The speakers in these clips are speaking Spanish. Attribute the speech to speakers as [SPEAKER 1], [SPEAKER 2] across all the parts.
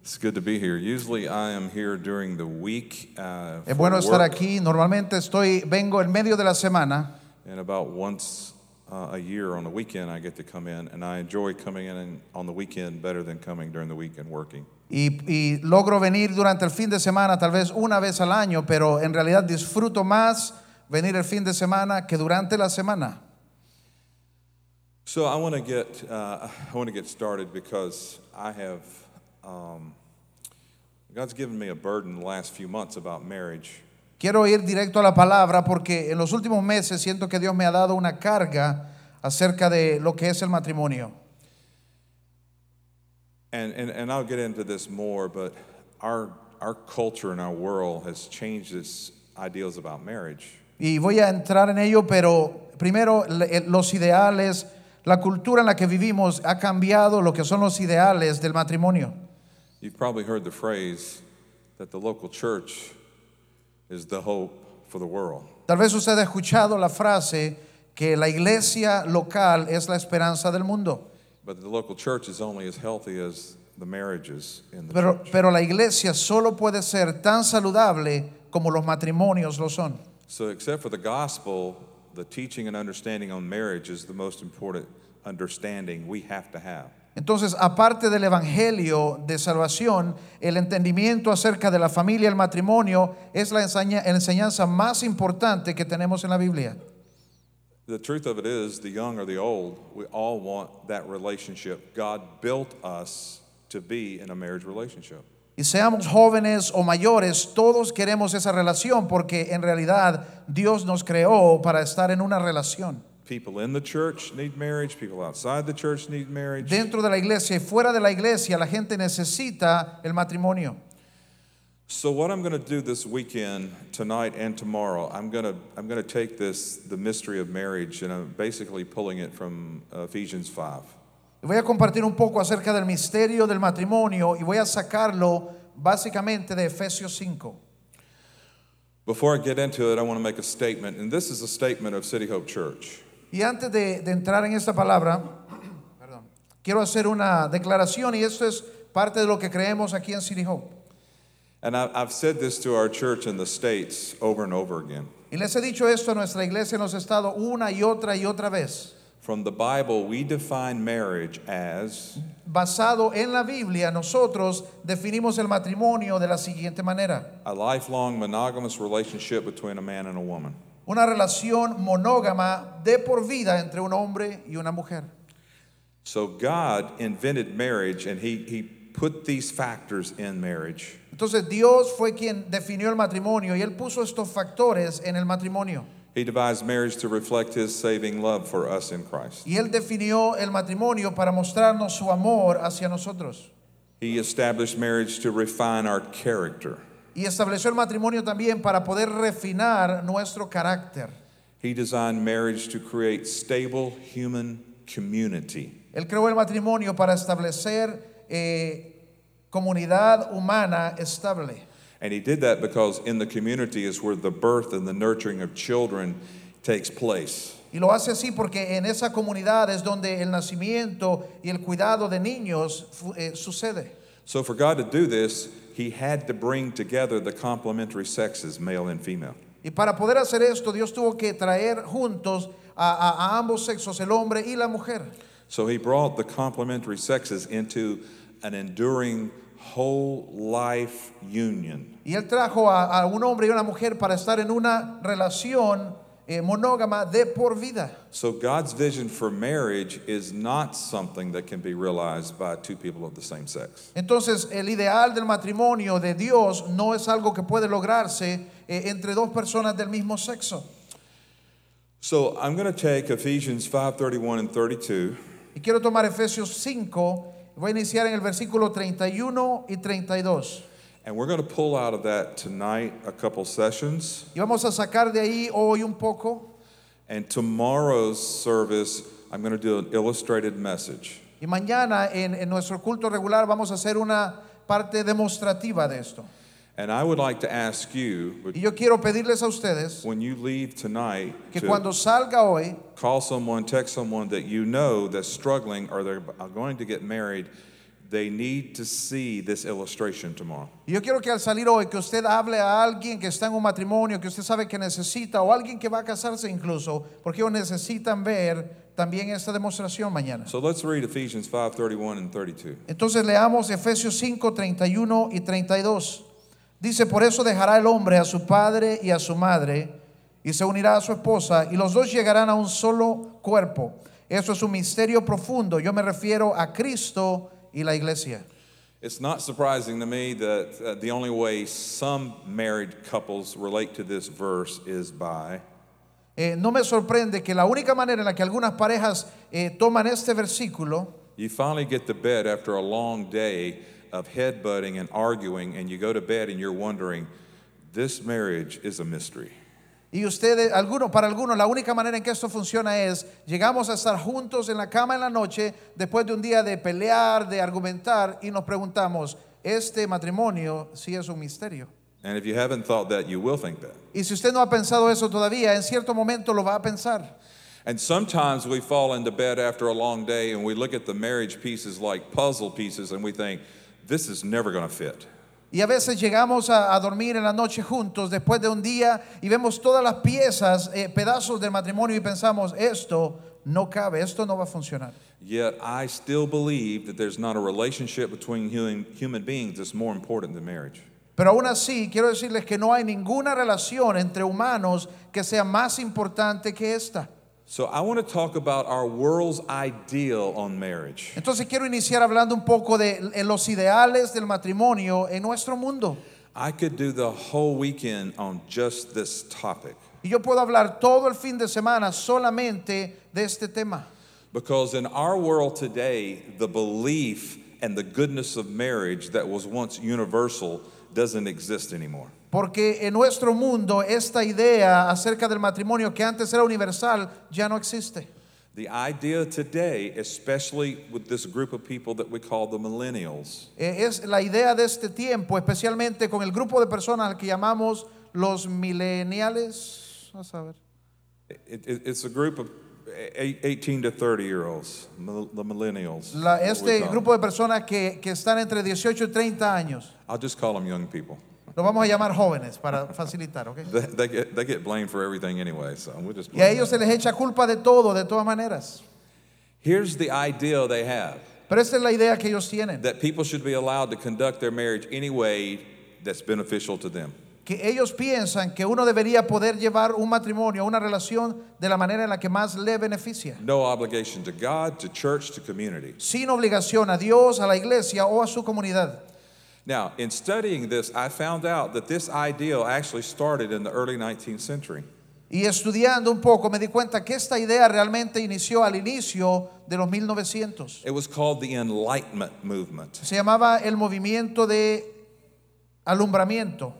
[SPEAKER 1] It's good to be here. Usually I am here during the week. Uh,
[SPEAKER 2] Es
[SPEAKER 1] for
[SPEAKER 2] bueno estar
[SPEAKER 1] work,
[SPEAKER 2] aquí. Normalmente estoy, vengo en medio de la semana
[SPEAKER 1] And about once uh, a year on the weekend, I get to come in, and I enjoy coming in and- on the weekend better than coming during the week and working.
[SPEAKER 2] y, y logro venir durante el fin de semana, tal vez una vez al año, pero en realidad disfruto más venir el fin de semana que durante la semana.
[SPEAKER 1] So I want to get uh, I want to get started because I have um, God's given me a burden the last few months about marriage,
[SPEAKER 2] Quiero ir directo a la palabra porque en los últimos meses siento que Dios me ha dado una carga acerca de lo que es el matrimonio.
[SPEAKER 1] and and, and I'll get into this more, but our our culture and our world has changed its ideals about marriage.
[SPEAKER 2] Y voy a entrar en ello, pero primero le- eh, los ideales, la cultura en la que vivimos ha cambiado lo que son los ideales del matrimonio.
[SPEAKER 1] You've probably heard the phrase that the local church is the hope for the world.
[SPEAKER 2] Tal vez usted ha escuchado la frase que la iglesia local es la esperanza del mundo,
[SPEAKER 1] But the local church is only as healthy as the marriages in the
[SPEAKER 2] pero,
[SPEAKER 1] church.
[SPEAKER 2] pero la iglesia solo puede ser tan saludable como los matrimonios lo son.
[SPEAKER 1] So, except for the gospel, the teaching and understanding on marriage is the most important understanding we have to have.
[SPEAKER 2] Entonces, aparte del Evangelio de salvación, el entendimiento acerca de la familia y el matrimonio es la enseña- enseñanza más importante que tenemos en la Biblia.
[SPEAKER 1] The truth of it is, the young or the old, we all want that relationship. God built us to be in a marriage relationship.
[SPEAKER 2] Y seamos jóvenes o mayores, todos queremos esa relación porque en realidad Dios nos creó para estar en una relación.
[SPEAKER 1] People in the church need marriage, people outside the church need marriage.
[SPEAKER 2] Dentro de la iglesia y fuera de la iglesia la gente necesita el matrimonio.
[SPEAKER 1] So what I'm going to do this weekend, tonight and tomorrow, I'm going to I'm going to take this the mystery of marriage and I'm basically pulling it from uh, Ephesians 5.
[SPEAKER 2] Voy a compartir un poco acerca del misterio del matrimonio y voy a sacarlo básicamente de Efesios 5.
[SPEAKER 1] Before I get into it, I want to make a statement, and this is a statement of City Hope Church.
[SPEAKER 2] Y antes de, de entrar en esta palabra, perdón, quiero hacer una declaración y esto es parte de lo que creemos aquí en City Hope.
[SPEAKER 1] And I, I've said this to our church in the states over and over again.
[SPEAKER 2] Y les he dicho esto a nuestra iglesia en los estados una y otra y otra vez.
[SPEAKER 1] From the Bible, we define marriage as
[SPEAKER 2] Basado en la Biblia, nosotros definimos el matrimonio de la siguiente manera.
[SPEAKER 1] a lifelong monogamous relationship between a man and a woman.
[SPEAKER 2] Una relación monógama de por vida entre un hombre y una mujer.
[SPEAKER 1] So God invented marriage, and He He put these factors in marriage.
[SPEAKER 2] Entonces Dios fue quien definió el matrimonio y él puso estos factores en el matrimonio.
[SPEAKER 1] He devised marriage to reflect his saving love for us in Christ.
[SPEAKER 2] Y él definió el matrimonio para mostrarnos su amor hacia nosotros.
[SPEAKER 1] He established marriage to refine our character.
[SPEAKER 2] Y estableció el matrimonio también para poder refinar nuestro carácter.
[SPEAKER 1] He designed marriage to create stable human community.
[SPEAKER 2] Él creó el matrimonio para establecer eh, comunidad humana estable.
[SPEAKER 1] And he did that because in the community is where the birth and the nurturing of children takes place.
[SPEAKER 2] Y lo hace así porque en esa comunidad es donde el nacimiento y el cuidado de niños fu- eh, sucede.
[SPEAKER 1] So, for God to do this, he had to bring together the complementary sexes, male and female.
[SPEAKER 2] Y para poder hacer esto, Dios tuvo que traer juntos a, a- a ambos sexos, el hombre y la mujer.
[SPEAKER 1] So, he brought the complementary sexes into an enduring whole life union.
[SPEAKER 2] Y Él trajo a, a un hombre y una mujer para estar en una relación eh, monógama de por vida.
[SPEAKER 1] So God's vision for marriage is not something that can be realized by two people of the same sex.
[SPEAKER 2] Entonces, el ideal del matrimonio de Dios no es algo que puede lograrse eh, entre dos personas del mismo sexo.
[SPEAKER 1] So I'm going to take Ephesians 5:31 and 32
[SPEAKER 2] Y quiero tomar Efesios 5, voy a iniciar en el versículo 31 y 32.
[SPEAKER 1] and we're going to pull out of that tonight a couple sessions
[SPEAKER 2] Y vamos a sacar de ahí hoy un poco
[SPEAKER 1] and tomorrow's service I'm going to do an illustrated message.
[SPEAKER 2] y mañana en, en nuestro culto regular vamos a hacer una parte demostrativa de esto.
[SPEAKER 1] And I would like to ask you
[SPEAKER 2] Y yo quiero pedirles a ustedes
[SPEAKER 1] when you leave tonight
[SPEAKER 2] que
[SPEAKER 1] to
[SPEAKER 2] cuando salga hoy,
[SPEAKER 1] call someone, text someone that you know that's struggling or they're going to get married, They need to see this illustration tomorrow.
[SPEAKER 2] Y yo quiero que al salir hoy, que usted hable a alguien que está en un matrimonio, que usted sabe que necesita, o alguien que va a casarse incluso, porque ellos necesitan ver también esta demostración mañana.
[SPEAKER 1] So let's read Ephesians 5:31 and 32.
[SPEAKER 2] Entonces leamos Efesios 5, 31 y 32. Dice, por eso dejará el hombre a su padre y a su madre y se unirá a su esposa y los dos llegarán a un solo cuerpo. Eso es un misterio profundo. Yo me refiero a Cristo y la iglesia.
[SPEAKER 1] It's not surprising to me that uh, the only way some married couples relate to this verse is by
[SPEAKER 2] Eh, no me sorprende que la única manera en la que algunas parejas eh, toman este versículo
[SPEAKER 1] you finally get to bed after a long day of headbutting and arguing, and you go to bed and you're wondering, this marriage is a mystery.
[SPEAKER 2] Y ustedes, algunos, para algunos, la única manera en que esto funciona es, llegamos a estar juntos en la cama en la noche, después de un día de pelear, de argumentar, y nos preguntamos, ¿este matrimonio sí es un misterio?
[SPEAKER 1] And if you haven't thought that, you will think that.
[SPEAKER 2] Y si usted no ha pensado eso todavía, en cierto momento lo va a pensar.
[SPEAKER 1] And sometimes we fall into bed after a long day and we look at the marriage pieces like puzzle pieces and we think, this is never going to fit.
[SPEAKER 2] Y a veces llegamos a, a dormir en la noche juntos después de un día y vemos todas las piezas, eh, pedazos del matrimonio y pensamos, esto no cabe, esto no va a funcionar.
[SPEAKER 1] Yet I still believe that there's not a relationship between human, human beings that's more important than marriage.
[SPEAKER 2] Pero aún así, quiero decirles que no hay ninguna relación entre humanos que sea más importante que esta.
[SPEAKER 1] So I want to talk about our world's ideal on marriage.
[SPEAKER 2] Entonces quiero iniciar hablando un poco de eh, los ideales del matrimonio en nuestro mundo.
[SPEAKER 1] I could do the whole weekend on just this topic
[SPEAKER 2] Y yo puedo hablar todo el fin de semana solamente de este tema.
[SPEAKER 1] because in our world today, the belief and the goodness of marriage that was once universal doesn't exist anymore.
[SPEAKER 2] Porque en nuestro mundo esta idea acerca del matrimonio que antes era universal ya no existe.
[SPEAKER 1] The idea today, especially with this group of people that we call the millennials,
[SPEAKER 2] Eh, Es la idea de este tiempo, especialmente con el grupo de personas al que llamamos los mileniales. A saber.
[SPEAKER 1] it, it, it's a group of eight- 18 to 30 year olds, mil- the millennials.
[SPEAKER 2] La-
[SPEAKER 1] what we
[SPEAKER 2] este
[SPEAKER 1] call
[SPEAKER 2] grupo de personas que, que están entre 18 y 30 años,
[SPEAKER 1] them. I'll just call them young people.
[SPEAKER 2] los vamos a llamar jóvenes para facilitar, ¿ok?
[SPEAKER 1] They, they, get, they get blamed for everything anyway, so we'll just.
[SPEAKER 2] Y a
[SPEAKER 1] blame
[SPEAKER 2] ellos se
[SPEAKER 1] them.
[SPEAKER 2] les echa culpa de todo, de todas maneras.
[SPEAKER 1] Here's the idea they have
[SPEAKER 2] Pero esta es la idea que ellos tienen,
[SPEAKER 1] that people should be allowed to conduct their marriage any way that's beneficial to them.
[SPEAKER 2] que ellos piensan que uno debería poder llevar un matrimonio, una relación de la manera en la que más le beneficia,
[SPEAKER 1] No obligation to God, to church, to community.
[SPEAKER 2] sin obligación a Dios, a la iglesia o a su comunidad.
[SPEAKER 1] Now, in studying this, I found out that this ideal actually started in the early 19th century.
[SPEAKER 2] Y estudiando un poco me di cuenta que esta idea realmente inició al inicio de los 1900.
[SPEAKER 1] It was called the Enlightenment Movement.
[SPEAKER 2] Se llamaba el movimiento de alumbramiento.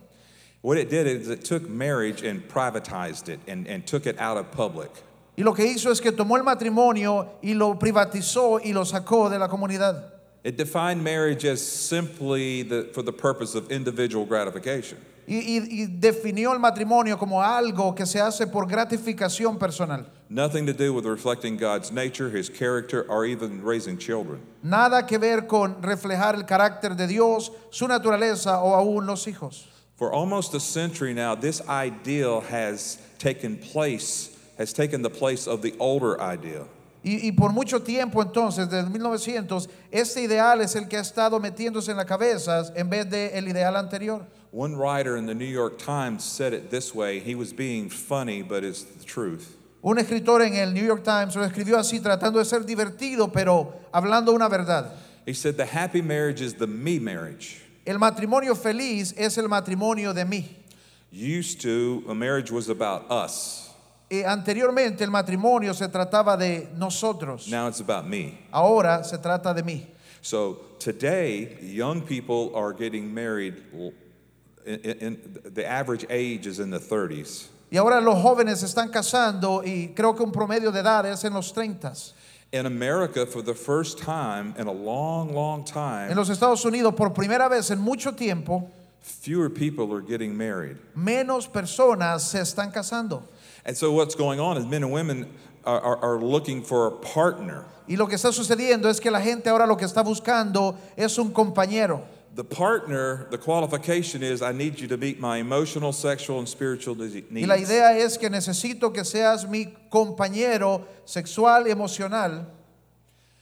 [SPEAKER 1] What it did is it took marriage and privatized it and, and took it out of public.
[SPEAKER 2] Y lo que hizo es que tomó el matrimonio y lo privatizó y lo sacó de la comunidad.
[SPEAKER 1] It defined marriage as simply the, for the purpose of individual gratification.
[SPEAKER 2] Y, y- y definió el matrimonio como algo que se hace por gratificación personal.
[SPEAKER 1] Nothing to do with reflecting God's nature, His character, or even raising children.
[SPEAKER 2] Nada que ver con reflejar el carácter de Dios, su naturaleza o aún los hijos.
[SPEAKER 1] For almost a century now, this ideal has taken place, has taken the place of the older ideal.
[SPEAKER 2] Y, y por mucho tiempo entonces, desde 1900, este ideal es el que ha estado metiéndose en las cabezas en vez del el ideal anterior.
[SPEAKER 1] One writer in the New York Times said it this way. He was being funny, but it's the truth.
[SPEAKER 2] Un escritor en el New York Times lo escribió así, tratando de ser divertido, pero hablando una verdad.
[SPEAKER 1] He said, The happy marriage is the me marriage.
[SPEAKER 2] El matrimonio feliz es el matrimonio de mí.
[SPEAKER 1] Used to, a marriage was about us.
[SPEAKER 2] Eh, anteriormente el matrimonio se trataba de nosotros,
[SPEAKER 1] Now it's about me.
[SPEAKER 2] ahora se trata de mí.
[SPEAKER 1] So today, young people are getting married. l- In, in- in- the average age is in the 30s.
[SPEAKER 2] Y ahora los jóvenes se están casando y creo que un promedio de edad es en los 30.
[SPEAKER 1] In America, for the first time in a long, long
[SPEAKER 2] En
[SPEAKER 1] time,
[SPEAKER 2] los Estados Unidos, por primera vez en mucho tiempo,
[SPEAKER 1] fewer people are getting married.
[SPEAKER 2] menos personas se están casando.
[SPEAKER 1] And so, what's going on is men and women are, are, are looking for a partner.
[SPEAKER 2] Y lo que está sucediendo es que la gente ahora lo que está buscando es un compañero.
[SPEAKER 1] The partner, the qualification is I need you to meet my emotional, sexual, and spiritual dese-
[SPEAKER 2] Y la
[SPEAKER 1] needs.
[SPEAKER 2] idea es que necesito que seas mi compañero sexual, emocional.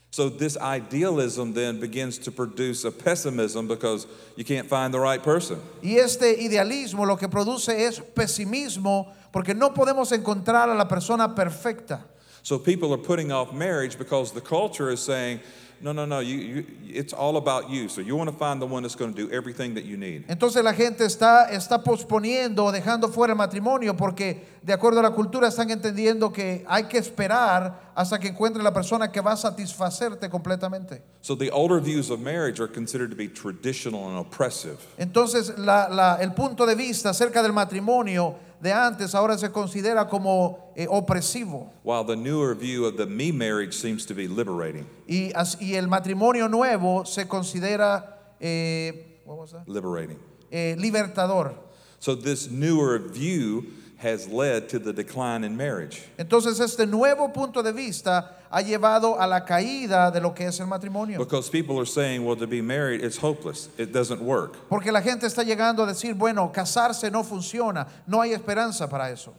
[SPEAKER 1] So this idealism then begins to produce a pessimism because you can't find the right person.
[SPEAKER 2] Y este idealismo lo que produce es pesimismo porque no podemos encontrar a la persona perfecta.
[SPEAKER 1] So people are putting off marriage because the culture is saying, no, no, no, you, you, it's all about you. So you want to find the one that's going to do everything that you need.
[SPEAKER 2] Entonces la gente está, está posponiendo o dejando fuera el matrimonio porque de acuerdo a la cultura están entendiendo que hay que esperar hasta que encuentre la persona que va a satisfacerte completamente.
[SPEAKER 1] So the older views of marriage are considered to be traditional and oppressive.
[SPEAKER 2] Entonces la- la- el punto de vista acerca del matrimonio de antes ahora se considera como eh, opresivo
[SPEAKER 1] While the newer view of the me marriage seems to be liberating.
[SPEAKER 2] y, as- y el matrimonio nuevo se considera eh, what was that?
[SPEAKER 1] Liberating.
[SPEAKER 2] Eh, libertador.
[SPEAKER 1] So this newer view has led to the decline in marriage.
[SPEAKER 2] Entonces este nuevo punto de vista ha llevado a la caída de lo que es el matrimonio.
[SPEAKER 1] Because people are saying, well, to be married, it's hopeless. It doesn't work.
[SPEAKER 2] Porque la gente está llegando a decir, bueno, casarse no funciona, no hay esperanza para eso.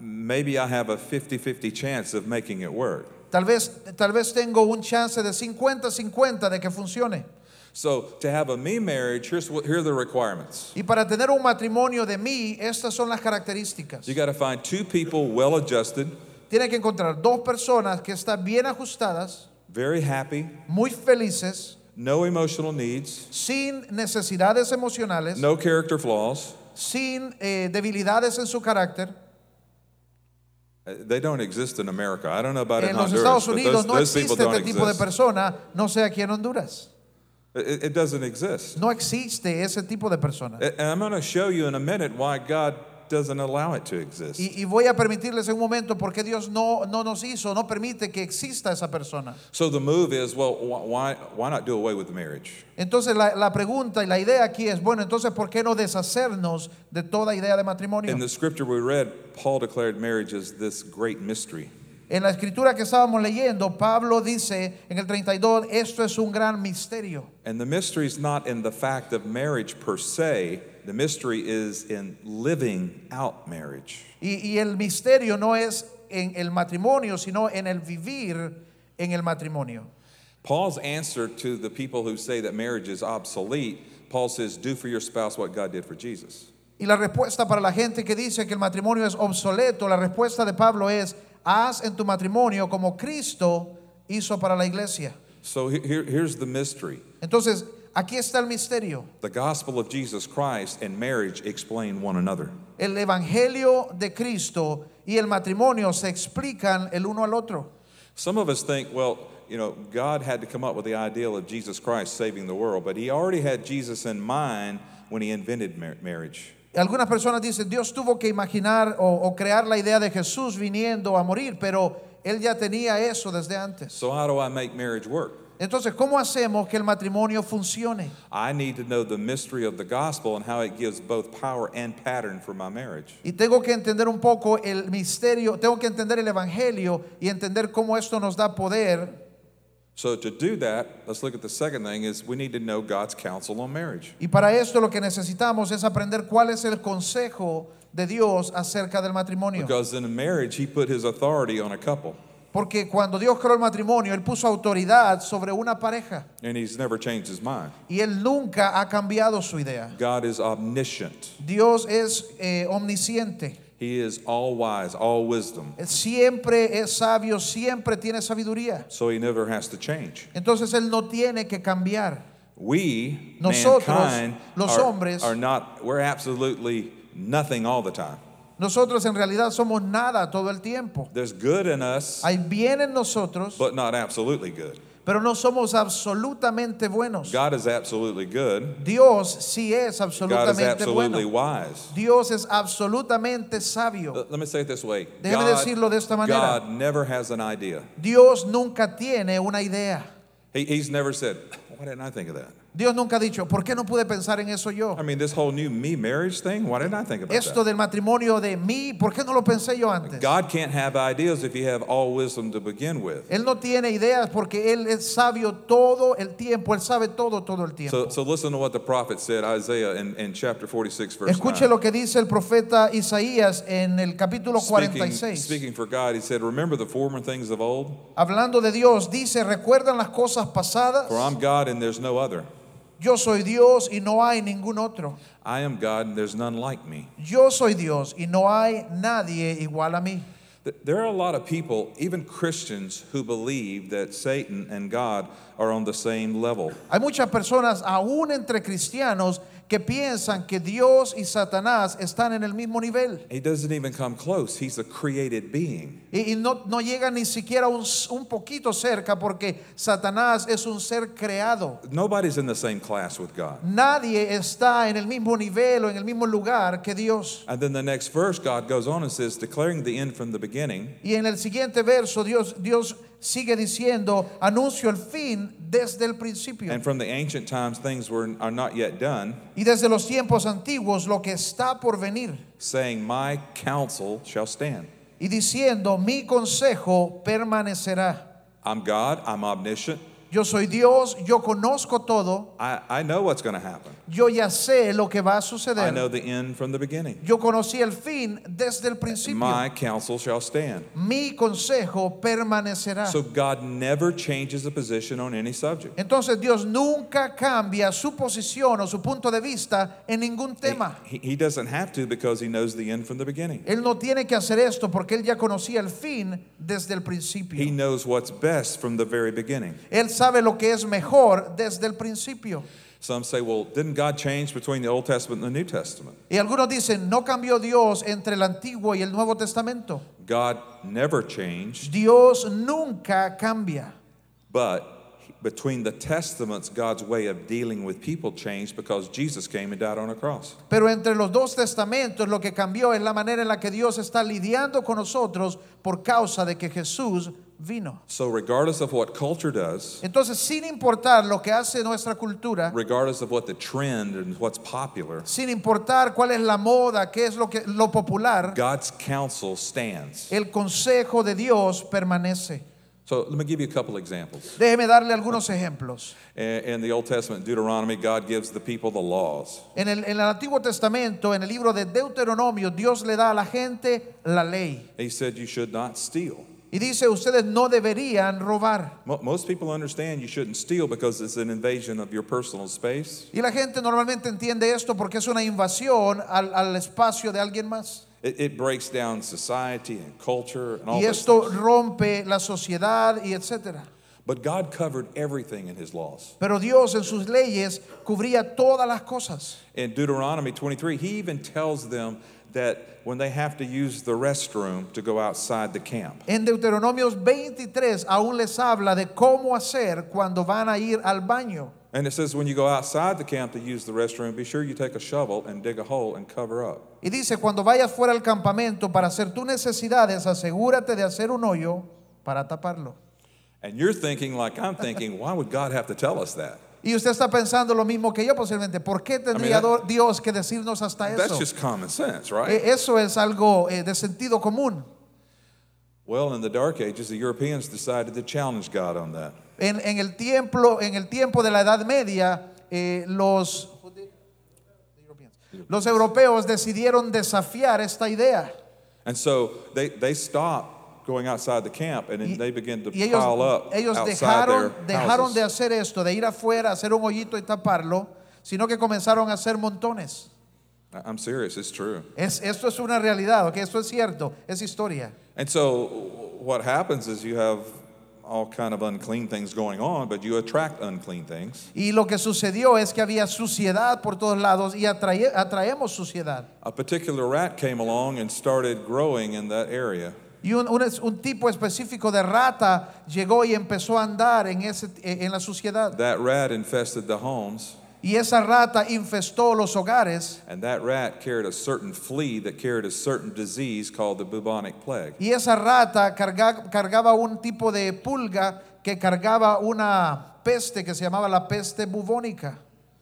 [SPEAKER 1] Maybe I have a 50 50 chance of making it work.
[SPEAKER 2] Tal vez, tal vez tengo un chance de 50-50 de que funcione.
[SPEAKER 1] So to have a me marriage, here's what, here are the requirements.
[SPEAKER 2] Y para tener un matrimonio de mí, estas son las características.
[SPEAKER 1] You got to find two people well adjusted,
[SPEAKER 2] Tiene que encontrar dos personas que están bien ajustadas,
[SPEAKER 1] very happy,
[SPEAKER 2] muy felices,
[SPEAKER 1] no emotional needs,
[SPEAKER 2] sin necesidades emocionales,
[SPEAKER 1] no character flaws.
[SPEAKER 2] sin eh, debilidades en su carácter.
[SPEAKER 1] Uh, They don't exist in America. I don't know about in
[SPEAKER 2] En Eh, los
[SPEAKER 1] Honduras,
[SPEAKER 2] Estados
[SPEAKER 1] but
[SPEAKER 2] Unidos
[SPEAKER 1] those,
[SPEAKER 2] no
[SPEAKER 1] those people
[SPEAKER 2] existe
[SPEAKER 1] don't
[SPEAKER 2] este tipo de
[SPEAKER 1] exist.
[SPEAKER 2] persona, no sé aquí en Honduras.
[SPEAKER 1] It, it doesn't exist.
[SPEAKER 2] No existe ese tipo de persona.
[SPEAKER 1] A- And I'm going to show you in a minute why God doesn't allow it to exist.
[SPEAKER 2] Y, y voy a permitirles en un momento porque Dios no, no nos hizo, no permite que exista esa persona.
[SPEAKER 1] So the move is, well, wh- why, why not do away with marriage?
[SPEAKER 2] Entonces la, la pregunta y la idea aquí es, bueno, entonces ¿por qué no deshacernos de toda idea de matrimonio?
[SPEAKER 1] In the scripture we read, Paul declared marriage is this great mystery.
[SPEAKER 2] En la escritura que estábamos leyendo, Pablo dice en el 32, esto es un gran misterio.
[SPEAKER 1] And the mystery is not in the fact of marriage per se, the mystery is in living out marriage.
[SPEAKER 2] Y, y el misterio no es en el matrimonio, sino en el vivir en el matrimonio.
[SPEAKER 1] Paul's answer to the people who say that marriage is obsolete, Paul says, Do for your spouse what God did for Jesus.
[SPEAKER 2] Y la respuesta para la gente que dice que el matrimonio es obsoleto, la respuesta de Pablo es, haz en tu matrimonio como Cristo hizo para la iglesia.
[SPEAKER 1] So he- here, here's the mystery
[SPEAKER 2] Entonces, aquí está el misterio.
[SPEAKER 1] the gospel of Jesus Christ and marriage explain one another.
[SPEAKER 2] El Evangelio de Cristo y el matrimonio se explican el uno al otro.
[SPEAKER 1] Some of us think, well, you know, God had to come up with the ideal of Jesus Christ saving the world, but he already had Jesus in mind when he invented mar- marriage.
[SPEAKER 2] Algunas personas dicen, Dios tuvo que imaginar o, o crear la idea de Jesús viniendo a morir, pero él ya tenía eso desde antes.
[SPEAKER 1] So, how do I make marriage work?
[SPEAKER 2] Entonces, ¿cómo hacemos que el matrimonio funcione?
[SPEAKER 1] I need to know the mystery of the gospel and how it gives both power and pattern for my marriage.
[SPEAKER 2] Y tengo que entender un poco el misterio, tengo que entender el Evangelio y entender cómo esto nos da poder.
[SPEAKER 1] So to do that, let's look at the second thing is we need to know God's counsel on marriage.
[SPEAKER 2] Y para esto lo que necesitamos es aprender cuál es el consejo de Dios acerca del matrimonio.
[SPEAKER 1] Because in a marriage, he put his authority on a couple,
[SPEAKER 2] Porque cuando Dios creó el matrimonio, Él puso autoridad sobre una pareja
[SPEAKER 1] and he's never changed his mind.
[SPEAKER 2] y Él nunca ha cambiado su idea.
[SPEAKER 1] God is omniscient.
[SPEAKER 2] Dios es eh, omnisciente,
[SPEAKER 1] He is all wise, all wisdom.
[SPEAKER 2] Él siempre es sabio, siempre tiene sabiduría.
[SPEAKER 1] So he never has to change.
[SPEAKER 2] Entonces Él no tiene que cambiar.
[SPEAKER 1] We,
[SPEAKER 2] Nosotros,
[SPEAKER 1] mankind,
[SPEAKER 2] los
[SPEAKER 1] are,
[SPEAKER 2] hombres-
[SPEAKER 1] are not, we're absolutely nothing all the time.
[SPEAKER 2] Nosotros en realidad somos nada todo el tiempo.
[SPEAKER 1] There's good in us,
[SPEAKER 2] Hay bien en nosotros,
[SPEAKER 1] but not absolutely good.
[SPEAKER 2] pero no somos absolutamente buenos.
[SPEAKER 1] God is absolutely good.
[SPEAKER 2] Dios sí es
[SPEAKER 1] God is
[SPEAKER 2] absolutamente
[SPEAKER 1] absolutely
[SPEAKER 2] bueno.
[SPEAKER 1] wise.
[SPEAKER 2] Dios es absolutamente sabio.
[SPEAKER 1] Let let me say it this way.
[SPEAKER 2] Déjeme decirlo de esta manera.
[SPEAKER 1] Uh, God never has an idea.
[SPEAKER 2] Dios nunca tiene una idea.
[SPEAKER 1] He, he's never said, why didn't I think of that?
[SPEAKER 2] Dios nunca ha dicho, ¿por qué no pude pensar en eso yo?
[SPEAKER 1] I mean, this whole new me marriage thing, why didn't I think about
[SPEAKER 2] Esto del matrimonio de mí, ¿por qué no lo pensé yo
[SPEAKER 1] that?
[SPEAKER 2] antes?
[SPEAKER 1] God can't have ideas if you have all wisdom to begin with.
[SPEAKER 2] Él no tiene ideas porque Él es sabio todo el tiempo, Él sabe todo, todo el
[SPEAKER 1] So,
[SPEAKER 2] tiempo.
[SPEAKER 1] so listen to what the prophet said, Isaiah, in, in chapter 46, verse
[SPEAKER 2] Escuche
[SPEAKER 1] 9.
[SPEAKER 2] lo que dice el profeta Isaías en el capítulo
[SPEAKER 1] Speaking,
[SPEAKER 2] 46.
[SPEAKER 1] speaking for God, he said, Remember the former things of old?
[SPEAKER 2] Hablando de Dios, dice, recuerdan las cosas pasadas.
[SPEAKER 1] For I'm God and there's no other.
[SPEAKER 2] Yo soy Dios y no hay ningún otro.
[SPEAKER 1] I am God and there's none like me.
[SPEAKER 2] Yo soy Dios y no hay nadie igual a mí.
[SPEAKER 1] Th- There are a lot of people, even Christians, who believe that Satan and God are on the same level.
[SPEAKER 2] Hay muchas personas, aún entre cristianos, que piensan que Dios y Satanás están en el mismo nivel
[SPEAKER 1] He doesn't even come close. He's a created being.
[SPEAKER 2] y, y no, no llegan ni siquiera un, s- un poquito cerca porque Satanás es un ser creado.
[SPEAKER 1] Nobody's in the same class with God.
[SPEAKER 2] Nadie está en el mismo nivel o en el mismo lugar que Dios.
[SPEAKER 1] And then the next verse, God goes on and says, declaring the end from the beginning,
[SPEAKER 2] Y en el siguiente verso Dios, Dios sigue diciendo, anuncio el fin desde el principio.
[SPEAKER 1] and from the ancient times things were, are not yet done,
[SPEAKER 2] Y desde los tiempos antiguos lo que está por venir.
[SPEAKER 1] saying, My counsel shall stand.
[SPEAKER 2] Y diciendo, mi consejo permanecerá.
[SPEAKER 1] I'm God, I'm omniscient,
[SPEAKER 2] Yo soy Dios, yo conozco todo,
[SPEAKER 1] I, I know what's going to happen.
[SPEAKER 2] yo ya sé lo que va a
[SPEAKER 1] I know
[SPEAKER 2] suceder.
[SPEAKER 1] the end from the beginning.
[SPEAKER 2] Yo conocí el fin desde el principio.
[SPEAKER 1] My counsel shall stand.
[SPEAKER 2] Mi consejo permanecerá.
[SPEAKER 1] So God never changes a position on any subject.
[SPEAKER 2] Entonces Dios nunca cambia su posición o su punto de vista en ningún
[SPEAKER 1] He,
[SPEAKER 2] tema.
[SPEAKER 1] he- he doesn't have to because he knows the end from the beginning.
[SPEAKER 2] Él no tiene que hacer esto porque él ya conocía el fin desde el
[SPEAKER 1] He
[SPEAKER 2] principio.
[SPEAKER 1] knows what's best from the very beginning.
[SPEAKER 2] Él sabe lo que es mejor desde el principio.
[SPEAKER 1] Some say, well, didn't God change between the Old Testament and the New Testament?
[SPEAKER 2] Y algunos dicen, no cambió Dios entre el Antiguo y el Nuevo Testamento.
[SPEAKER 1] God never changed,
[SPEAKER 2] Dios nunca cambia.
[SPEAKER 1] but between the testaments, God's way of dealing with people changed because Jesus came and died on a cross.
[SPEAKER 2] Pero entre los dos testamentos lo que cambió es la manera en la que Dios está lidiando con nosotros por causa de que Jesús vino.
[SPEAKER 1] So, regardless of what culture does,
[SPEAKER 2] Entonces, sin importar lo que hace nuestra cultura,
[SPEAKER 1] regardless of what the trend and what's popular,
[SPEAKER 2] sin importar cuál es la moda, qué es lo, que, lo popular,
[SPEAKER 1] God's counsel stands.
[SPEAKER 2] el consejo de Dios permanece.
[SPEAKER 1] So, let me give you a couple examples.
[SPEAKER 2] Déjeme darle algunos ejemplos.
[SPEAKER 1] In in the Old Testament, Deuteronomy, God gives the people the laws.
[SPEAKER 2] En el, en el Antiguo Testamento, en el libro de Deuteronomio, Dios le da a la gente la ley
[SPEAKER 1] He said, You should not steal.
[SPEAKER 2] y dice, ustedes no deberían robar.
[SPEAKER 1] Mo- Most people understand you shouldn't steal because it's an invasion of your personal space.
[SPEAKER 2] Y la gente normalmente entiende esto porque es una invasión al, al espacio de alguien más.
[SPEAKER 1] It, it breaks down society and culture and all
[SPEAKER 2] Y
[SPEAKER 1] this.
[SPEAKER 2] esto rompe la sociedad y etcétera.
[SPEAKER 1] But God covered everything in His laws.
[SPEAKER 2] Pero Dios en sus leyes cubría todas las cosas.
[SPEAKER 1] In Deuteronomy 23, He even tells them that when they have to use the restroom to go outside the camp.
[SPEAKER 2] En Deuteronomios 23 aún les habla de cómo hacer cuando van a ir al baño.
[SPEAKER 1] And it says, when you go outside the camp to use the restroom, be sure you take a shovel and dig a hole and cover up.
[SPEAKER 2] Y dice, cuando vayas fuera al campamento para hacer tus necesidades, asegúrate de hacer un hoyo para taparlo.
[SPEAKER 1] And you're thinking, like I'm thinking, why would God have to tell us that?
[SPEAKER 2] Y usted está pensando lo mismo que yo posiblemente. ¿Por qué tendría
[SPEAKER 1] that-
[SPEAKER 2] do- Dios que decirnos hasta
[SPEAKER 1] That's
[SPEAKER 2] eso?
[SPEAKER 1] just common sense, right?
[SPEAKER 2] Eh, Eso es algo eh, de sentido común.
[SPEAKER 1] well, in the Dark Ages, the Europeans decided to challenge God on that.
[SPEAKER 2] En, en el tiempo, en el tiempo de la Edad Media, eh, los, los europeos decidieron desafiar esta idea.
[SPEAKER 1] And so they, they stop going outside the camp and then they begin to
[SPEAKER 2] Y ellos,
[SPEAKER 1] pile up
[SPEAKER 2] ellos
[SPEAKER 1] outside
[SPEAKER 2] dejaron,
[SPEAKER 1] their
[SPEAKER 2] dejaron de
[SPEAKER 1] houses.
[SPEAKER 2] hacer esto, de ir afuera, hacer un hoyito y taparlo, sino que comenzaron a hacer montones.
[SPEAKER 1] I- I'm serious, it's true.
[SPEAKER 2] Es, esto es una realidad, ¿ok? esto es cierto, es historia.
[SPEAKER 1] And so what happens is you have all kind of unclean things going on, but you attract unclean things.
[SPEAKER 2] Y lo que sucedió es que había suciedad por todos lados y atrae- atraemos suciedad.
[SPEAKER 1] A particular rat came along and started growing in that area.
[SPEAKER 2] Y un, un es- un tipo específico de rata llegó y empezó a andar en, ese, en la suciedad.
[SPEAKER 1] That rat infested the homes,
[SPEAKER 2] Y esa rata infestó los hogares.
[SPEAKER 1] and that rat carried a certain flea that carried a certain disease called the bubonic plague.
[SPEAKER 2] Y esa rata carga- cargaba un tipo de pulga que cargaba una peste que se llamaba la peste bubónica.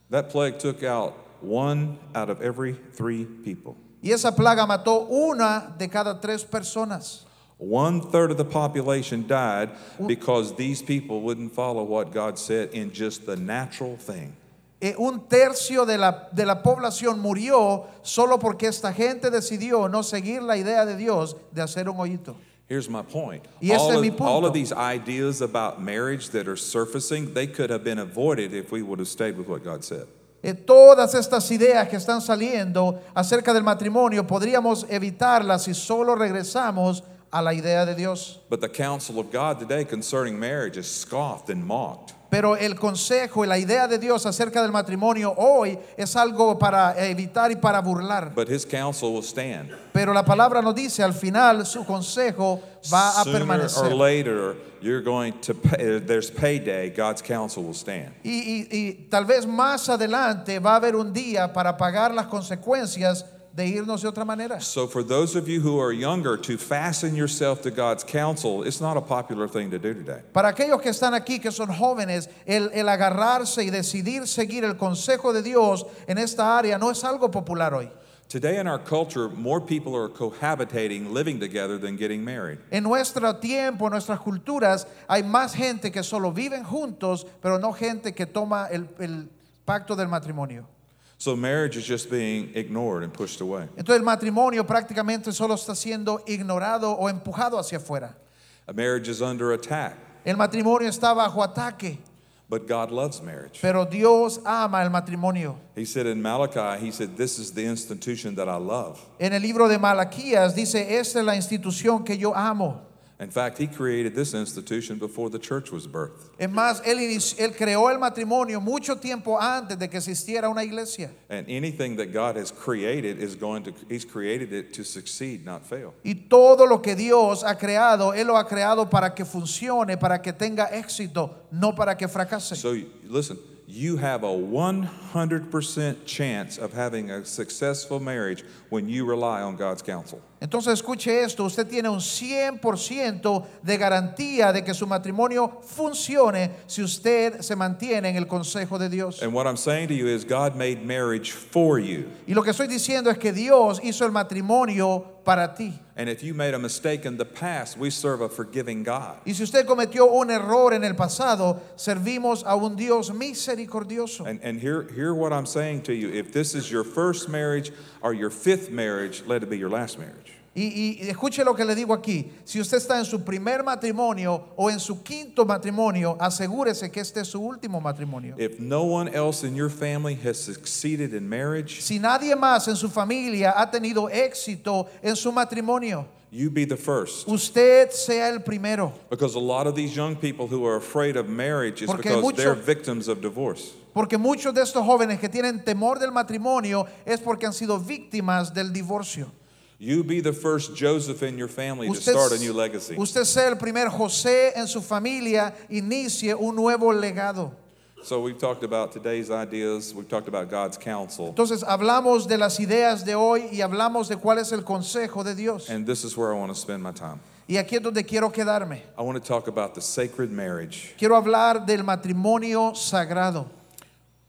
[SPEAKER 1] That plague took out one out of every three people.
[SPEAKER 2] Y esa plaga mató una de cada tres personas.
[SPEAKER 1] One third of the population died because these people wouldn't follow what God said in just the natural thing.
[SPEAKER 2] Eh, un tercio de la, de la población murió solo porque esta gente decidió no seguir la idea de Dios de hacer un hoyito.
[SPEAKER 1] Here's my point.
[SPEAKER 2] Y ese
[SPEAKER 1] all,
[SPEAKER 2] es
[SPEAKER 1] of,
[SPEAKER 2] mi punto.
[SPEAKER 1] all of these ideas about marriage that are surfacing, they could have been avoided if we would have stayed with what God said.
[SPEAKER 2] Eh, todas estas ideas que están saliendo acerca del matrimonio podríamos evitarlas si solo regresamos a la idea de Dios.
[SPEAKER 1] But the counsel of God today concerning marriage is scoffed and mocked.
[SPEAKER 2] Pero el consejo y la idea de Dios acerca del matrimonio hoy es algo para evitar y para burlar.
[SPEAKER 1] But his counsel will stand.
[SPEAKER 2] Pero la palabra nos dice, al final su consejo va a
[SPEAKER 1] Sooner or
[SPEAKER 2] permanecer.
[SPEAKER 1] later, you're going to pay, there's payday, God's counsel will stand.
[SPEAKER 2] Y, y- y tal vez más adelante va a haber un día para pagar las consecuencias de irnos de otra manera.
[SPEAKER 1] So, for those of you who are younger, to fasten yourself to God's counsel, it's not a popular thing to do today.
[SPEAKER 2] Para aquellos que están aquí, que son jóvenes, el, el agarrarse y decidir seguir el consejo de Dios en esta área no es algo popular hoy.
[SPEAKER 1] Today, in our culture, more people are cohabitating, living together, than getting married.
[SPEAKER 2] En nuestro tiempo, en nuestras culturas, hay más gente que solo viven juntos, pero no gente que toma el, el pacto del matrimonio.
[SPEAKER 1] So, marriage is just being ignored and pushed away.
[SPEAKER 2] Entonces el matrimonio prácticamente solo está siendo ignorado o empujado hacia afuera.
[SPEAKER 1] A marriage is under attack,
[SPEAKER 2] El matrimonio está bajo ataque,
[SPEAKER 1] but God loves marriage.
[SPEAKER 2] pero Dios ama el matrimonio.
[SPEAKER 1] He said in Malachi, He said, This is the institution that I love.
[SPEAKER 2] En el libro de Malaquías dice, esta es la institución que yo amo.
[SPEAKER 1] In fact, He created this institution before the church was birthed.
[SPEAKER 2] Es más, él, inici- él creó el matrimonio mucho tiempo antes de que existiera una iglesia.
[SPEAKER 1] And anything that God has created is going to, He's created it to succeed, not fail.
[SPEAKER 2] Y todo lo que Dios ha creado, Él lo ha creado para que funcione, para que tenga éxito, no para que fracase.
[SPEAKER 1] So y- listen, you have a 100% chance of having a successful marriage when you rely on God's counsel.
[SPEAKER 2] Entonces escuche esto, usted tiene un 100% de garantía de que su matrimonio funcione si usted se mantiene en el consejo de Dios.
[SPEAKER 1] And what I'm saying to you is God made marriage for you.
[SPEAKER 2] Y lo que estoy diciendo es que Dios hizo el matrimonio para ti.
[SPEAKER 1] And if you made a mistake in the past, we serve a forgiving God.
[SPEAKER 2] Y si usted cometió un error en el pasado, servimos a un Dios misericordioso.
[SPEAKER 1] And, and hear, hear what I'm saying to you. If this is your first marriage or your fifth marriage, let it be your last marriage.
[SPEAKER 2] Y, y- y escuche lo que le digo aquí. Si usted está en su primer matrimonio o en su quinto matrimonio, asegúrese que este es su último matrimonio.
[SPEAKER 1] If no one else in your family has succeeded in marriage,
[SPEAKER 2] Si nadie más en su familia ha tenido éxito en su matrimonio,
[SPEAKER 1] you be the first.
[SPEAKER 2] usted sea el primero.
[SPEAKER 1] Because a lot of these young people who are afraid of marriage is
[SPEAKER 2] Porque
[SPEAKER 1] because
[SPEAKER 2] mucho-
[SPEAKER 1] they're victims of divorce.
[SPEAKER 2] Porque muchos de estos jóvenes que tienen temor del matrimonio es porque han sido víctimas del divorcio.
[SPEAKER 1] You be the first Joseph in your family to
[SPEAKER 2] Usted,
[SPEAKER 1] start a new legacy.
[SPEAKER 2] usted sea el primer José en su familia, inicie un nuevo legado.
[SPEAKER 1] So we've talked about today's ideas, we've talked about God's counsel,
[SPEAKER 2] Entonces hablamos de las ideas de hoy y hablamos de cuál es el consejo de Dios.
[SPEAKER 1] and this is where I want to spend my time.
[SPEAKER 2] Y aquí es donde quiero quedarme.
[SPEAKER 1] I want to talk about the sacred marriage,
[SPEAKER 2] Quiero hablar del matrimonio sagrado,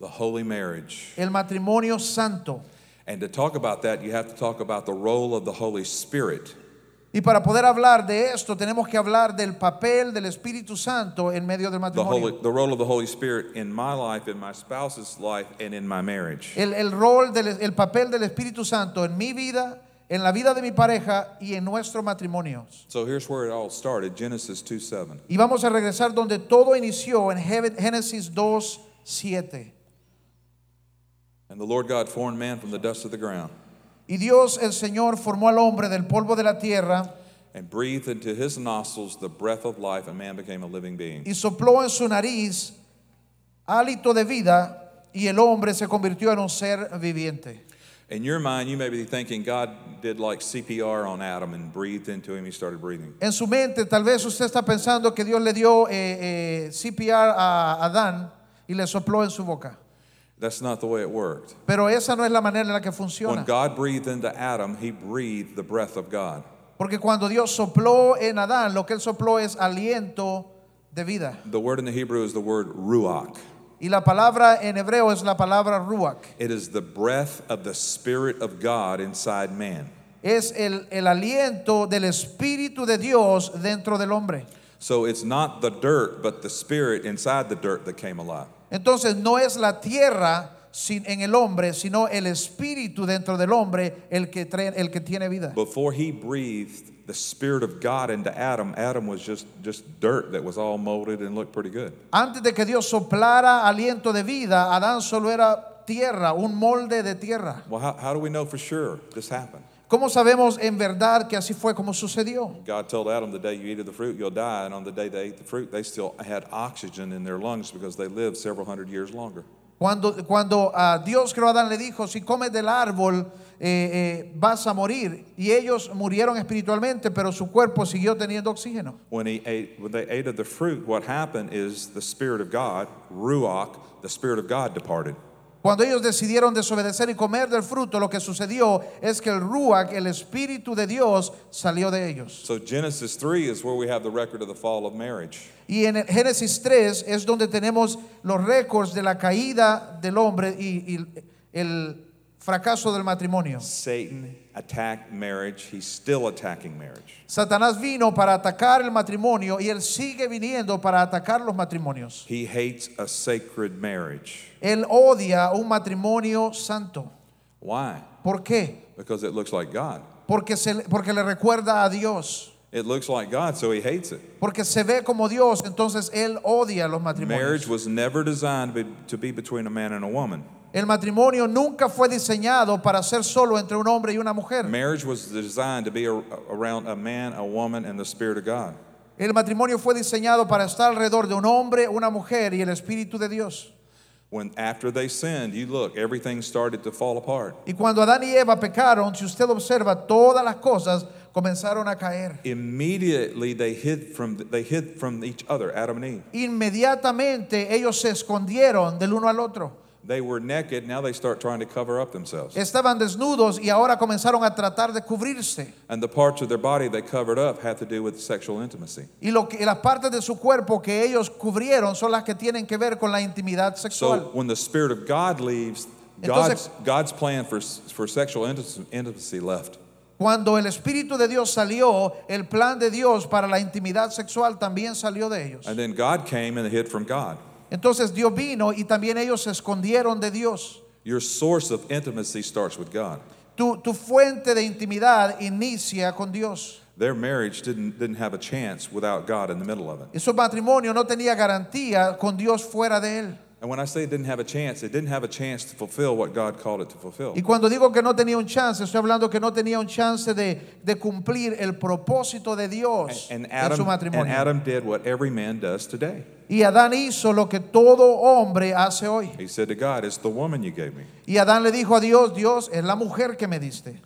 [SPEAKER 1] the holy marriage.
[SPEAKER 2] el matrimonio santo.
[SPEAKER 1] And to talk about that, you have to talk about the role of the Holy Spirit.
[SPEAKER 2] Y para poder hablar de esto tenemos que hablar del papel del Espíritu Santo en medio
[SPEAKER 1] The,
[SPEAKER 2] del matrimonio.
[SPEAKER 1] holy, the role of the Holy Spirit in my life, in my spouse's life, and in my marriage.
[SPEAKER 2] El, el rol, del, el papel del Espíritu Santo en mi vida, en la vida de mi pareja y en nuestro matrimonio.
[SPEAKER 1] So here's where it all started Genesis 2 7.
[SPEAKER 2] Y vamos a regresar donde todo inició en Gen- Génesis 2, 7.
[SPEAKER 1] And the Lord God formed man from the dust of the ground
[SPEAKER 2] Y Dios el Señor formó al hombre del polvo de la tierra
[SPEAKER 1] and breathed into his nostrils the breath of life, and man became a living being.
[SPEAKER 2] y sopló en su nariz hálito de vida y el hombre se convirtió en un ser viviente.
[SPEAKER 1] In your mind, you may be thinking God did like CPR on Adam and breathed into him, he started breathing.
[SPEAKER 2] En su mente tal vez usted está pensando que Dios le dio eh, eh, CPR a Adán y le sopló en su boca.
[SPEAKER 1] That's not the way it worked.
[SPEAKER 2] Pero esa no es la manera en la que
[SPEAKER 1] When
[SPEAKER 2] funciona.
[SPEAKER 1] God breathed into Adam, he breathed the breath of God.
[SPEAKER 2] Porque cuando Dios sopló en Adán, lo que él sopló es aliento de vida.
[SPEAKER 1] The word in the Hebrew is the word ruach.
[SPEAKER 2] Y la palabra en hebreo es la palabra ruach.
[SPEAKER 1] It is the breath of the Spirit of God inside man.
[SPEAKER 2] Es el, el aliento del Espíritu de Dios dentro del hombre.
[SPEAKER 1] So it's not the dirt, but the Spirit inside the dirt that came alive.
[SPEAKER 2] Entonces no es la tierra sin- en el hombre, sino el Espíritu dentro del hombre el que, trae- el que tiene vida.
[SPEAKER 1] Before he breathed the Spirit of God into Adam, Adam was just, just dirt that was all molded and looked pretty good.
[SPEAKER 2] Antes de que Dios soplara aliento de vida, Adán solo era tierra, un molde de tierra.
[SPEAKER 1] Well, how, how do we know for sure this happened?
[SPEAKER 2] ¿Cómo sabemos en verdad que así fue como sucedió?
[SPEAKER 1] God told Adam, the day you eat of the fruit, you'll die. And on the day they ate the fruit, they still had oxygen in their lungs because they lived several hundred years longer.
[SPEAKER 2] Cuando, cuando a Dios creó a Adán le dijo, si comes del árbol eh, eh, vas a morir. Y ellos murieron espiritualmente, pero su cuerpo siguió teniendo oxígeno.
[SPEAKER 1] When, he ate, when they ate of the fruit, what happened is the Spirit of God, Ruach, the Spirit of God departed.
[SPEAKER 2] Cuando ellos decidieron desobedecer y comer del fruto, lo que sucedió es que el Ruach, el Espíritu de Dios, salió de ellos.
[SPEAKER 1] So Genesis 3 is where we have the record of the fall of marriage.
[SPEAKER 2] Y en el Génesis 3 es donde tenemos los récords de la caída del hombre y, y el fracaso del matrimonio.
[SPEAKER 1] Satan attacked marriage. He's still attacking marriage.
[SPEAKER 2] Satanás vino para atacar el matrimonio y él sigue viniendo para atacar los matrimonios.
[SPEAKER 1] He hates a sacred marriage.
[SPEAKER 2] Él odia un matrimonio santo.
[SPEAKER 1] Why?
[SPEAKER 2] ¿Por qué?
[SPEAKER 1] Because it looks like God.
[SPEAKER 2] Porque, se, porque le recuerda a Dios.
[SPEAKER 1] It looks like God, so he hates it.
[SPEAKER 2] Porque se ve como Dios, entonces él odia los matrimonios.
[SPEAKER 1] Marriage was never designed be- to be between a man and a woman.
[SPEAKER 2] El matrimonio nunca fue diseñado para ser solo entre un hombre y una mujer.
[SPEAKER 1] Marriage was designed to be a- around a man, a woman, and the Spirit of God.
[SPEAKER 2] El matrimonio fue diseñado para estar alrededor de un hombre, una mujer y el Espíritu de Dios.
[SPEAKER 1] When after they sinned, you look, everything started to fall apart.
[SPEAKER 2] Y cuando Adán y Eva pecaron, si usted observa, todas las cosas comenzaron a caer.
[SPEAKER 1] Immediately they hid from they hid from each other, Adam and Eve.
[SPEAKER 2] Inmediatamente ellos se escondieron del uno al otro.
[SPEAKER 1] They were naked, now they start trying to cover up themselves.
[SPEAKER 2] Estaban desnudos y ahora comenzaron a tratar de cubrirse.
[SPEAKER 1] And the parts of their body they covered up had to do with sexual intimacy.
[SPEAKER 2] Y lo que, las partes de su cuerpo que ellos cubrieron son las que tienen que ver con la intimidad sexual.
[SPEAKER 1] So when the Spirit of God leaves, God's, God's plan for, for sexual inti- intimacy left.
[SPEAKER 2] Cuando el Espíritu de Dios salió, el plan de Dios para la intimidad sexual también salió de ellos.
[SPEAKER 1] And then God came and hid from God.
[SPEAKER 2] Entonces Dios vino y también ellos se escondieron de Dios.
[SPEAKER 1] Your source of intimacy starts with God.
[SPEAKER 2] Tu, tu fuente de intimidad inicia con Dios.
[SPEAKER 1] Their marriage didn't, didn't have a chance without God in the middle of it.
[SPEAKER 2] Y su matrimonio no tenía garantía con Dios fuera de él.
[SPEAKER 1] And when I say it didn't have a chance, it didn't have a chance to fulfill what God called it to fulfill.
[SPEAKER 2] Y cuando digo que no tenía un chance, estoy hablando que no tenía un chance de, de cumplir el propósito de Dios
[SPEAKER 1] And
[SPEAKER 2] en su
[SPEAKER 1] Adam, and
[SPEAKER 2] matrimonio.
[SPEAKER 1] Adam did what every man does today.
[SPEAKER 2] y Adán hizo lo que todo hombre hace hoy.
[SPEAKER 1] He said to God, It's the woman you gave me.
[SPEAKER 2] Y Adán le dijo a Dios, Dios es la mujer que me diste.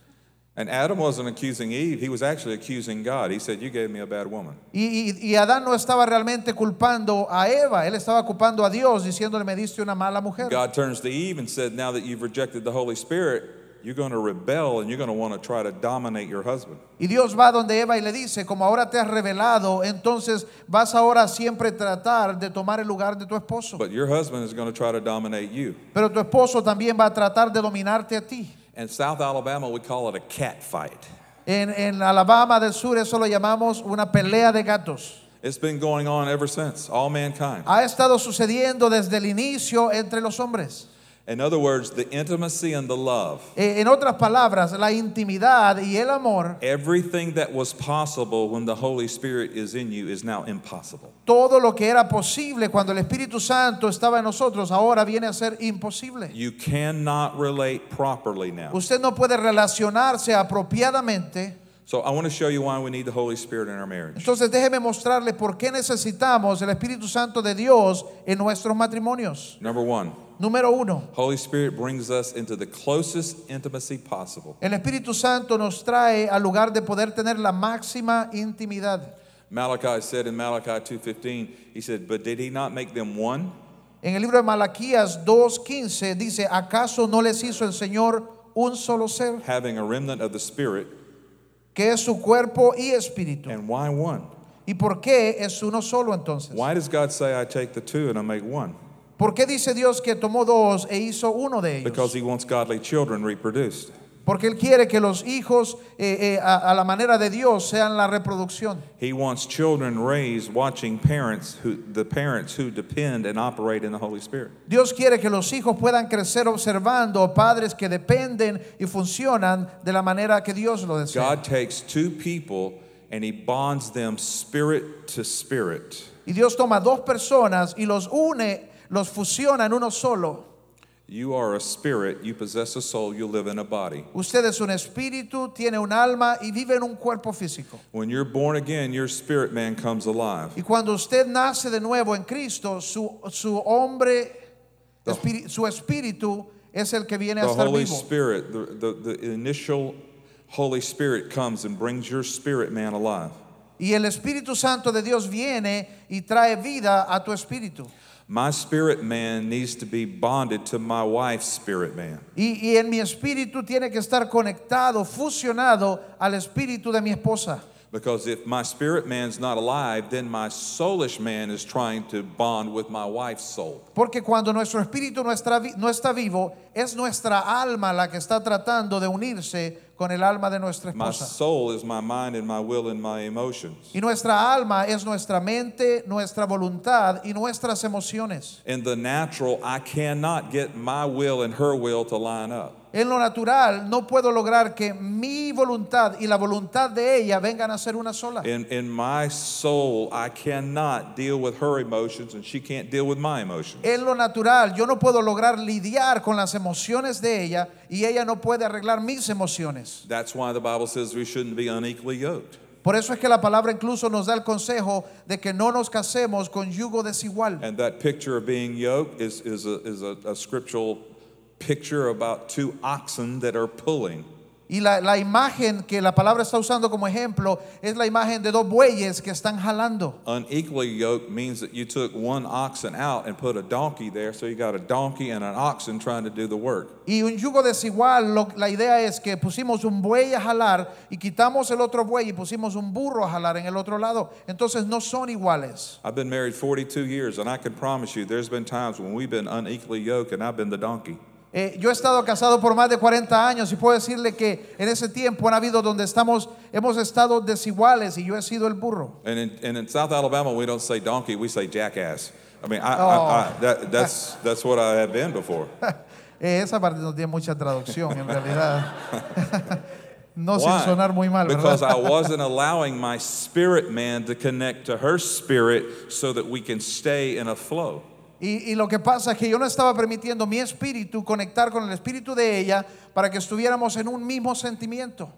[SPEAKER 1] And Adam wasn't accusing Eve, he was actually accusing God. He said, You gave me a bad woman.
[SPEAKER 2] Y, y- y Adán no estaba realmente culpando a Eva, él estaba culpando a Dios diciéndole me diste una mala mujer.
[SPEAKER 1] God turns to Eve and said, Now that you've rejected the Holy Spirit, you're going to rebel and you're going to want to try to dominate your husband.
[SPEAKER 2] Y Dios va donde Eva y le dice, como ahora te has revelado, entonces vas ahora a siempre tratar de tomar el lugar de tu esposo.
[SPEAKER 1] But your husband is going to try to dominate you.
[SPEAKER 2] Pero tu esposo también va a tratar de dominarte a ti.
[SPEAKER 1] In South Alabama, we call it a cat fight.
[SPEAKER 2] En, en Alabama del Sur eso lo llamamos una pelea de gatos.
[SPEAKER 1] It's been going on ever since, all mankind.
[SPEAKER 2] Ha estado sucediendo desde el inicio entre los hombres.
[SPEAKER 1] In other words, the intimacy and the love,
[SPEAKER 2] Eh, en otras palabras, la intimidad y el amor
[SPEAKER 1] everything that was possible when the Holy Spirit is in you is now impossible.
[SPEAKER 2] Todo lo que era posible cuando el Espíritu Santo estaba en nosotros ahora viene a ser imposible.
[SPEAKER 1] You cannot relate properly now.
[SPEAKER 2] Usted no puede relacionarse apropiadamente.
[SPEAKER 1] So I want to show you why we need the Holy Spirit in our marriage.
[SPEAKER 2] Entonces déjeme mostrarle por qué necesitamos el Espíritu Santo de Dios en nuestros matrimonios.
[SPEAKER 1] Number one,
[SPEAKER 2] Número uno,
[SPEAKER 1] Holy Spirit brings us into the closest intimacy possible.
[SPEAKER 2] el Espíritu Santo nos trae al lugar de poder tener la máxima intimidad.
[SPEAKER 1] Malachi said in Malachi 2:15, he said, "But did he not make them one?"
[SPEAKER 2] En el libro de Malaquías 2.15 dice, ¿acaso no les hizo el Señor un solo ser,
[SPEAKER 1] Having a remnant of the Spirit,
[SPEAKER 2] que es su cuerpo y espíritu?
[SPEAKER 1] and why one?
[SPEAKER 2] ¿Y por qué es uno solo entonces?
[SPEAKER 1] Why does God say, "I take the two and I make one"?
[SPEAKER 2] ¿Por qué dice Dios que tomó dos e hizo uno de
[SPEAKER 1] Because
[SPEAKER 2] ellos?
[SPEAKER 1] he wants godly children reproduced.
[SPEAKER 2] Porque Él quiere que los hijos eh, eh, a, a la manera de Dios sean la reproducción.
[SPEAKER 1] He wants children raised watching parents who the parents who depend and operate in the Holy Spirit.
[SPEAKER 2] Dios quiere que los hijos puedan crecer observando padres que dependen y funcionan de la manera que Dios lo desea.
[SPEAKER 1] God takes two people and he bonds them spirit to spirit.
[SPEAKER 2] Y Dios toma dos personas y los une, los fusiona en uno solo.
[SPEAKER 1] You are a spirit, you possess a soul, you live in a body.
[SPEAKER 2] Usted es un espíritu, tiene un alma y vive en un cuerpo físico.
[SPEAKER 1] When you're born again, your spirit man comes alive.
[SPEAKER 2] Y cuando usted nace de nuevo en Cristo, su, su hombre,
[SPEAKER 1] The-
[SPEAKER 2] espíri- su espíritu es el que viene a
[SPEAKER 1] The
[SPEAKER 2] estar
[SPEAKER 1] Holy
[SPEAKER 2] vivo.
[SPEAKER 1] Spirit, the, the, the initial Holy Spirit comes and brings your spirit man alive.
[SPEAKER 2] Y el Espíritu Santo de Dios viene y trae vida a tu espíritu.
[SPEAKER 1] My spirit man needs to be bonded to my wife's spirit man.
[SPEAKER 2] Y, y en mi espíritu tiene que estar conectado, fusionado al espíritu de mi esposa.
[SPEAKER 1] Because if my spirit man's not alive, then my soulish man is trying to bond with my wife's soul.
[SPEAKER 2] Porque cuando nuestro espíritu no está, vi- no está vivo, es nuestra alma la que está tratando de unirse con el alma de nuestra
[SPEAKER 1] My
[SPEAKER 2] esposa.
[SPEAKER 1] soul is my mind and my will and my emotions.
[SPEAKER 2] Y nuestra alma es nuestra mente, nuestra voluntad y nuestras emociones.
[SPEAKER 1] In the natural, I cannot get my will and her will to line up.
[SPEAKER 2] En lo natural no puedo lograr que mi voluntad y la voluntad de ella vengan a ser una sola.
[SPEAKER 1] In, in my soul, I cannot deal with her emotions and she can't deal with my emotions.
[SPEAKER 2] En lo natural yo no puedo lograr lidiar con las emociones de ella y ella no puede arreglar mis emociones.
[SPEAKER 1] That's why the Bible says we shouldn't be unequally yoked.
[SPEAKER 2] Por eso es que la palabra incluso nos da el consejo de que no nos casemos con yugo desigual.
[SPEAKER 1] And that picture of being yoked is, is, a, is a, a scriptural picture about two oxen that are pulling.
[SPEAKER 2] Y la, la imagen que la palabra está usando como ejemplo es la imagen de dos bueyes que están jalando.
[SPEAKER 1] Unequally yoked means that you took one oxen out and put a donkey there, so you got a donkey and an oxen trying to do the work.
[SPEAKER 2] Y un yugo desigual, lo- la idea es que pusimos un buey a jalar y quitamos el otro buey y pusimos un burro a jalar en el otro lado. Entonces no son iguales.
[SPEAKER 1] I've been married 42 years, and I can promise you there's been times when we've been unequally yoked and I've been the donkey.
[SPEAKER 2] Eh, yo he estado casado por más de 40 años y puedo decirle que en ese tiempo han habido donde estamos, hemos estado desiguales y yo he sido el burro.
[SPEAKER 1] And in, and in South Alabama, we don't say donkey, we say jackass. I mean, I, I, I,
[SPEAKER 2] Oh.
[SPEAKER 1] that, that's, that's what I have been before.
[SPEAKER 2] Eh, esa parte no tiene mucha traducción en realidad. no sin
[SPEAKER 1] Why?
[SPEAKER 2] sonar muy mal, ¿verdad?
[SPEAKER 1] because I wasn't allowing my spirit man to connect to her spirit so that we can stay in a flow.
[SPEAKER 2] Y, y lo que pasa es que yo no estaba permitiendo mi espíritu conectar con el espíritu de ella para que estuviéramos en un mismo sentimiento.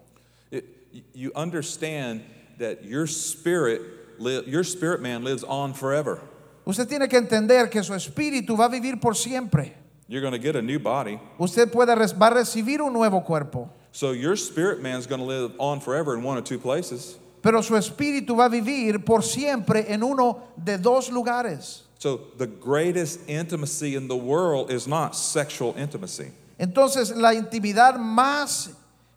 [SPEAKER 1] It, you understand that your spirit, li- your spirit man lives on forever.
[SPEAKER 2] Usted tiene que entender que su espíritu va a vivir por siempre.
[SPEAKER 1] You're going to get a new body.
[SPEAKER 2] Usted puede, res- va a recibir un nuevo cuerpo,
[SPEAKER 1] So your spirit man's going to live on forever in one or two places.
[SPEAKER 2] pero su espíritu va a vivir por siempre en uno de dos lugares.
[SPEAKER 1] So the greatest intimacy in the world is not sexual intimacy.
[SPEAKER 2] Entonces la intimidad más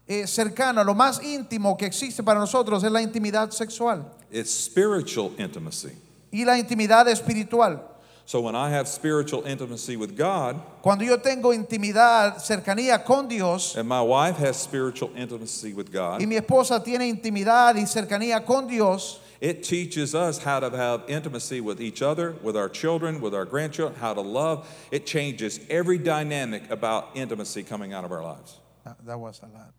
[SPEAKER 2] eh, cercana, lo más íntimo que existe para nosotros es la intimidad sexual
[SPEAKER 1] It's spiritual intimacy.
[SPEAKER 2] y la intimidad espiritual.
[SPEAKER 1] So when I have spiritual intimacy with God
[SPEAKER 2] Cuando yo tengo intimidad, cercanía con Dios,
[SPEAKER 1] and my wife has spiritual intimacy with God,
[SPEAKER 2] y mi esposa tiene intimidad y cercanía con Dios,
[SPEAKER 1] It teaches us how to have intimacy with each other, with our children, with our grandchildren, how to love. It changes every dynamic about intimacy coming out of our lives.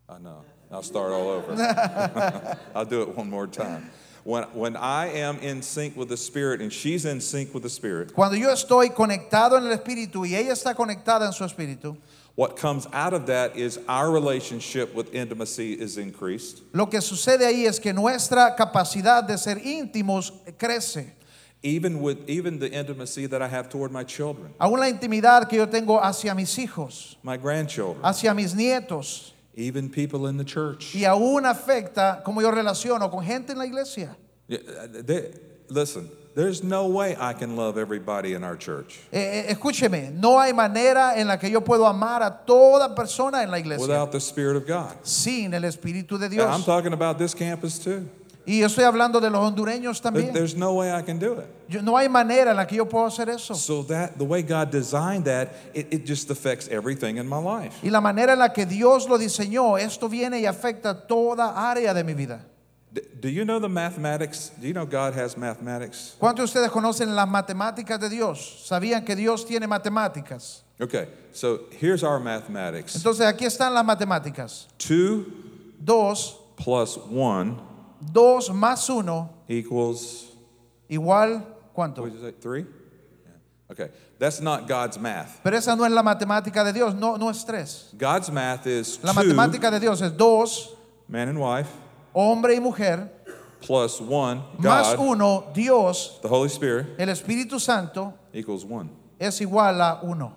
[SPEAKER 1] I know. I'll start all over. I'll do it one more time. When, when I am in sync with the Spirit and she's in sync with the Spirit,
[SPEAKER 2] cuando yo estoy conectado en el espíritu y ella está conectada en su espíritu,
[SPEAKER 1] what comes out of that is our relationship with intimacy is increased.
[SPEAKER 2] lo que sucede ahí es que nuestra capacidad de ser íntimos crece.
[SPEAKER 1] Even with even the intimacy that I have toward my children,
[SPEAKER 2] Aún la intimidad que yo tengo hacia mis hijos,
[SPEAKER 1] my grandchildren,
[SPEAKER 2] hacia mis nietos,
[SPEAKER 1] even people in the church.
[SPEAKER 2] y aún afecta cómo yo relaciono con gente en la iglesia.
[SPEAKER 1] Yeah, uh, they- listen, there's no way I can love everybody in our church
[SPEAKER 2] Eh, eh, escúcheme, no hay manera en la que yo puedo amar a toda persona en la iglesia
[SPEAKER 1] without the Spirit of God.
[SPEAKER 2] sin el Espíritu de
[SPEAKER 1] And I'm
[SPEAKER 2] Dios.
[SPEAKER 1] talking about this campus too.
[SPEAKER 2] Y yo estoy hablando de los hondureños
[SPEAKER 1] There-
[SPEAKER 2] también.
[SPEAKER 1] There's no way I can do it.
[SPEAKER 2] Yo- no hay manera en la que yo puedo hacer eso.
[SPEAKER 1] So that the way God designed that, it, it just affects everything in my life.
[SPEAKER 2] Y la manera en la que Dios lo diseñó, esto viene y afecta toda área de mi vida.
[SPEAKER 1] D- do you know the mathematics? Do you know God has mathematics?
[SPEAKER 2] ¿Cuántos de ustedes conocen las matemáticas de Dios? ¿Sabían que Dios tiene matemáticas?
[SPEAKER 1] Okay, so here's our mathematics.
[SPEAKER 2] Entonces aquí están las matemáticas.
[SPEAKER 1] Two
[SPEAKER 2] 2,
[SPEAKER 1] plus one
[SPEAKER 2] 2 más 1
[SPEAKER 1] equals
[SPEAKER 2] igual cuánto.
[SPEAKER 1] what did you say? Oh, Three? Yeah. Okay, that's not God's math.
[SPEAKER 2] Pero esa no es la matemática de Dios, no, no es 3.
[SPEAKER 1] God's math is
[SPEAKER 2] La
[SPEAKER 1] two
[SPEAKER 2] matemática de Dios es 2,
[SPEAKER 1] man and wife
[SPEAKER 2] hombre y mujer,
[SPEAKER 1] plus one
[SPEAKER 2] más
[SPEAKER 1] God
[SPEAKER 2] 1, Dios,
[SPEAKER 1] the Holy Spirit
[SPEAKER 2] el Espíritu Santo,
[SPEAKER 1] equals one.
[SPEAKER 2] es igual a 1.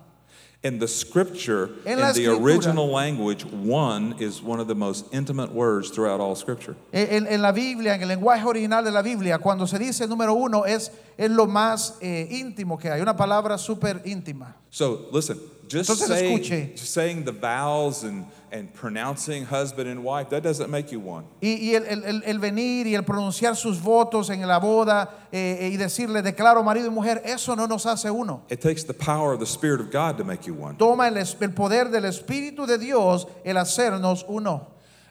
[SPEAKER 1] In the scripture,
[SPEAKER 2] En
[SPEAKER 1] in
[SPEAKER 2] la
[SPEAKER 1] the
[SPEAKER 2] escritura.
[SPEAKER 1] original language, one is one of the most intimate words throughout all scripture.
[SPEAKER 2] En, en la Biblia, en el lenguaje original de la Biblia, cuando se dice el número uno es, es lo más eh, íntimo que hay, una palabra súper íntima.
[SPEAKER 1] So listen, just
[SPEAKER 2] Entonces,
[SPEAKER 1] saying,
[SPEAKER 2] escuche.
[SPEAKER 1] just saying the vowels and, and pronouncing husband and wife, that doesn't make you one.
[SPEAKER 2] Y, y el, el- el- el venir y el pronunciar sus votos en la boda eh, eh, y decirle declaro marido y mujer, eso no nos hace uno.
[SPEAKER 1] It takes the power of the Spirit of God to make you one.
[SPEAKER 2] Toma el, es- el poder del Espíritu de Dios el hacernos uno.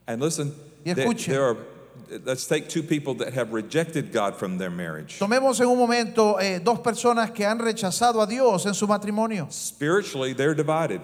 [SPEAKER 1] And listen,
[SPEAKER 2] Y
[SPEAKER 1] there,
[SPEAKER 2] escuche.
[SPEAKER 1] there are, let's take two people that have rejected God from their marriage.
[SPEAKER 2] Tomemos en un momento eh, dos personas que han rechazado a Dios en su matrimonio.
[SPEAKER 1] Spiritually, they're divided.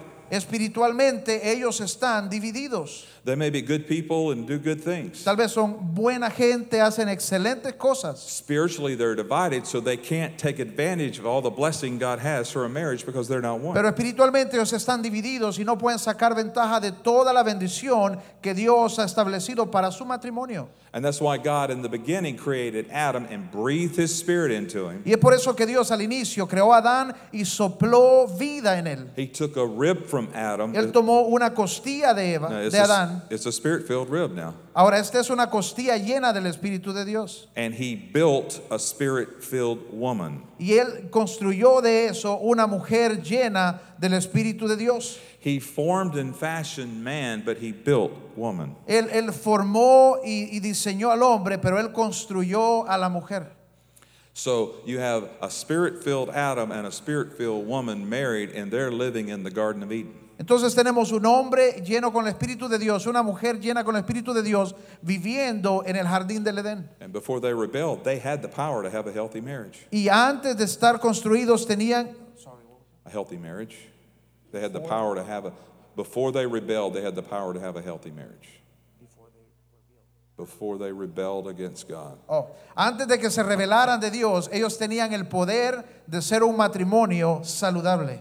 [SPEAKER 2] Espiritualmente ellos están divididos.
[SPEAKER 1] They may be good people and do good things.
[SPEAKER 2] Tal vez son buena gente, hacen excelentes cosas.
[SPEAKER 1] Spiritually, they're divided, so they can't take advantage of all the blessing God has for a marriage because they're not one.
[SPEAKER 2] Pero espiritualmente ellos están divididos y no pueden sacar ventaja de toda la bendición que Dios ha establecido para su matrimonio.
[SPEAKER 1] and that's why God, in the beginning, created Adam and breathed his spirit into him.
[SPEAKER 2] Y es por eso que Dios al inicio creó a Adán y sopló vida en él.
[SPEAKER 1] He took a rib from Adam.
[SPEAKER 2] Él tomó una costilla de, Eva,
[SPEAKER 1] No, it's,
[SPEAKER 2] de
[SPEAKER 1] a,
[SPEAKER 2] Adán.
[SPEAKER 1] it's a spirit filled rib now.
[SPEAKER 2] Ahora esta es una costilla llena del Espíritu de Dios.
[SPEAKER 1] And he built a spirit filled woman.
[SPEAKER 2] Y él construyó de eso una mujer llena del Espíritu de Dios.
[SPEAKER 1] He formed and fashioned man, but he built woman.
[SPEAKER 2] Él, él formó y, y diseñó al hombre, pero él construyó a la mujer.
[SPEAKER 1] So you have a spirit filled Adam and a spirit filled woman married, and they're living in the Garden of Eden.
[SPEAKER 2] Entonces tenemos un hombre lleno con el Espíritu de Dios, una mujer llena con el Espíritu de Dios, viviendo en el jardín del Edén.
[SPEAKER 1] And before they rebelled, they had the power to have a healthy marriage.
[SPEAKER 2] Y antes de estar construidos tenían,
[SPEAKER 1] A healthy marriage. They had the power to have a, before they rebelled, they had the power to have a healthy marriage. Before they rebelled against God.
[SPEAKER 2] oh, antes de que se revelaran de Dios, ellos tenían el poder de ser un matrimonio saludable.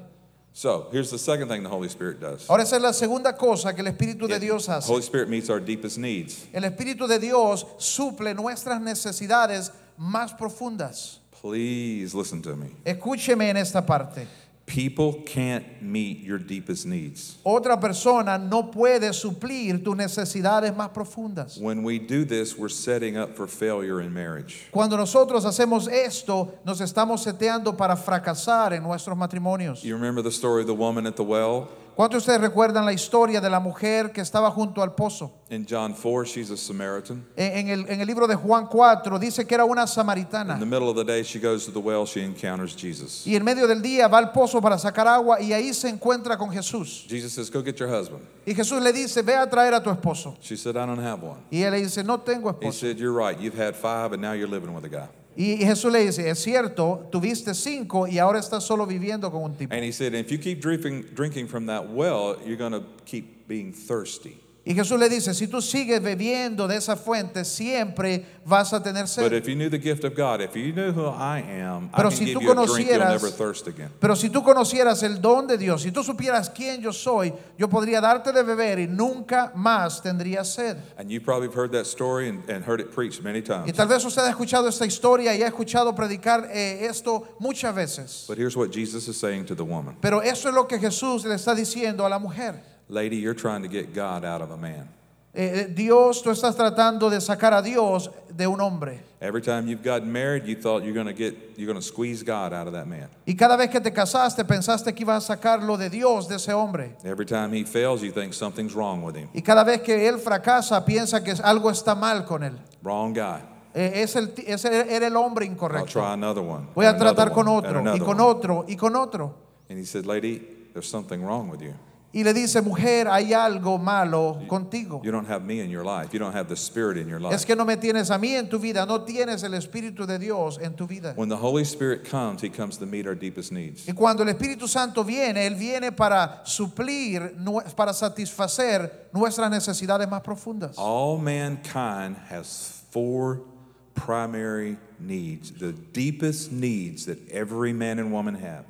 [SPEAKER 1] So here's the second thing the Holy Spirit does.
[SPEAKER 2] Ahora esa es la segunda cosa que el Espíritu
[SPEAKER 1] Eh,
[SPEAKER 2] de Dios
[SPEAKER 1] The
[SPEAKER 2] hace.
[SPEAKER 1] Holy Spirit meets our deepest needs.
[SPEAKER 2] El Espíritu de Dios suple nuestras necesidades más profundas.
[SPEAKER 1] Please listen to me.
[SPEAKER 2] Escúcheme en esta parte.
[SPEAKER 1] People can't meet your deepest needs.
[SPEAKER 2] Otra persona no puede suplir tus necesidades más profundas.
[SPEAKER 1] When we do this, we're setting up for failure in marriage.
[SPEAKER 2] Cuando nosotros hacemos esto, nos estamos seteando para fracasar en nuestros matrimonios.
[SPEAKER 1] You remember the story of the woman at the well?
[SPEAKER 2] ¿Cuántos de ustedes recuerdan la historia de la mujer que estaba junto al pozo?
[SPEAKER 1] In John 4, she's a Samaritan.
[SPEAKER 2] En en el, en el libro de Juan 4 dice que era una
[SPEAKER 1] In the
[SPEAKER 2] samaritana.
[SPEAKER 1] middle of the day, she goes to the well, she encounters Jesus.
[SPEAKER 2] Y en medio del día va al pozo para sacar agua y ahí se encuentra con Jesús.
[SPEAKER 1] Jesus says, Go get your husband.
[SPEAKER 2] Y Jesús le dice, ve a traer a tu esposo.
[SPEAKER 1] She said, I don't have one.
[SPEAKER 2] Y ella le dice, no tengo
[SPEAKER 1] He
[SPEAKER 2] esposo.
[SPEAKER 1] said, You're right. You've had five, and now you're living with a guy.
[SPEAKER 2] Y y Jesús le dice, es cierto, tuviste cinco y ahora estás solo viviendo con un tipo.
[SPEAKER 1] And he said, If you keep drinking, drinking from that well, you're going to keep being thirsty.
[SPEAKER 2] Y Jesús le dice, si tú sigues bebiendo de esa fuente, siempre vas a tener
[SPEAKER 1] But
[SPEAKER 2] sed.
[SPEAKER 1] if you knew the gift of God, if you knew who I am, I
[SPEAKER 2] Pero
[SPEAKER 1] can
[SPEAKER 2] si
[SPEAKER 1] give
[SPEAKER 2] tú
[SPEAKER 1] you a drink you'll
[SPEAKER 2] conocieras-
[SPEAKER 1] never thirst again.
[SPEAKER 2] Pero si tú conocieras el don de Dios, si tú supieras quién yo soy, yo podría darte de beber y nunca más tendrías sed.
[SPEAKER 1] And you probably have heard that story and, and heard it preached many
[SPEAKER 2] Y
[SPEAKER 1] times.
[SPEAKER 2] tal vez usted ha escuchado esta historia y ha escuchado predicar eh, esto muchas veces.
[SPEAKER 1] But here's what Jesus is saying to the woman
[SPEAKER 2] Pero eso es lo que Jesús le está diciendo a la mujer.
[SPEAKER 1] Lady, you're trying to get God out of a man.
[SPEAKER 2] Eh, eh, Dios, tú estás tratando de sacar a Dios de un hombre.
[SPEAKER 1] Every time you've gotten married, you thought you're going to get, you're going to squeeze God out of that man.
[SPEAKER 2] Y cada vez que te casaste pensaste que ibas a sacarlo de Dios, de ese hombre.
[SPEAKER 1] Every time he fails, you think something's wrong with him.
[SPEAKER 2] Y cada vez que él fracasa, piensa que algo está mal con él.
[SPEAKER 1] Wrong guy.
[SPEAKER 2] Eh, es el, ese era el hombre
[SPEAKER 1] I'll
[SPEAKER 2] incorrecto.
[SPEAKER 1] try another one.
[SPEAKER 2] Voy a
[SPEAKER 1] and another
[SPEAKER 2] tratar con
[SPEAKER 1] one, and
[SPEAKER 2] otro, y
[SPEAKER 1] another
[SPEAKER 2] con
[SPEAKER 1] one."
[SPEAKER 2] otro, y con otro.
[SPEAKER 1] And he said, Lady, there's something wrong with you.
[SPEAKER 2] Y le dice, mujer, hay algo malo contigo.
[SPEAKER 1] You don't have me in your life. You don't have the Spirit in your life.
[SPEAKER 2] Es que no me tienes a mí en tu vida, no tienes el Espíritu de Dios en tu vida.
[SPEAKER 1] When the Holy Spirit comes, He comes to meet our deepest needs.
[SPEAKER 2] Y cuando el Espíritu Santo viene, Él viene para suplir, nue- para satisfacer nuestras necesidades más profundas.
[SPEAKER 1] All mankind has four primary needs, the deepest needs that every man and woman have.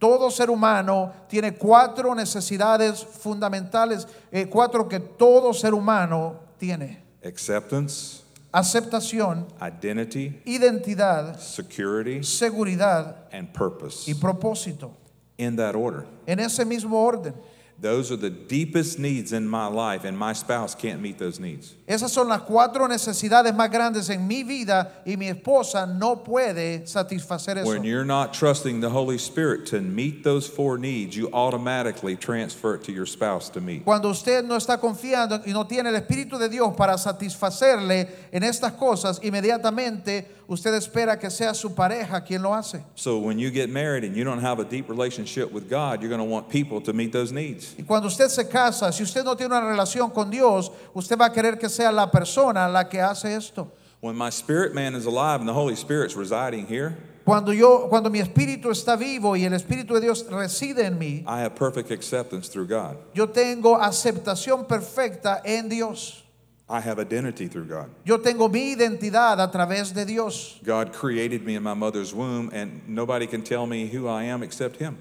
[SPEAKER 2] Todo ser humano tiene cuatro necesidades fundamentales, eh, cuatro que todo ser humano tiene.
[SPEAKER 1] Acceptance,
[SPEAKER 2] Aceptación,
[SPEAKER 1] identity,
[SPEAKER 2] identidad,
[SPEAKER 1] security,
[SPEAKER 2] seguridad
[SPEAKER 1] and purpose.
[SPEAKER 2] y propósito.
[SPEAKER 1] In that order.
[SPEAKER 2] En ese mismo orden.
[SPEAKER 1] Those are the deepest needs in my life, and my spouse can't meet those needs.
[SPEAKER 2] Esas son las cuatro necesidades más grandes en mi vida y mi esposa no puede satisfacer eso.
[SPEAKER 1] When you're not trusting the Holy Spirit to meet those four needs, you automatically transfer it to your spouse to meet.
[SPEAKER 2] Cuando usted no está confiando y no tiene el Espíritu de Dios para satisfacerle en estas cosas, inmediatamente usted espera que sea su pareja quien lo hace.
[SPEAKER 1] So when you get married and you don't have a deep relationship with God, you're going to want people to meet those needs.
[SPEAKER 2] Y cuando usted se casa, si usted no tiene una relación con Dios, usted va a querer que sea la persona la que hace esto.
[SPEAKER 1] When my spirit man is alive and the Holy Spirit's residing here,
[SPEAKER 2] Cuando yo, cuando mi espíritu está vivo y el espíritu de Dios reside en mí,
[SPEAKER 1] I have perfect acceptance through God.
[SPEAKER 2] yo tengo aceptación perfecta en Dios.
[SPEAKER 1] I have identity through God.
[SPEAKER 2] Yo tengo mi identidad a través de Dios.
[SPEAKER 1] God created me in my mother's womb, and nobody can tell me who I am except Him.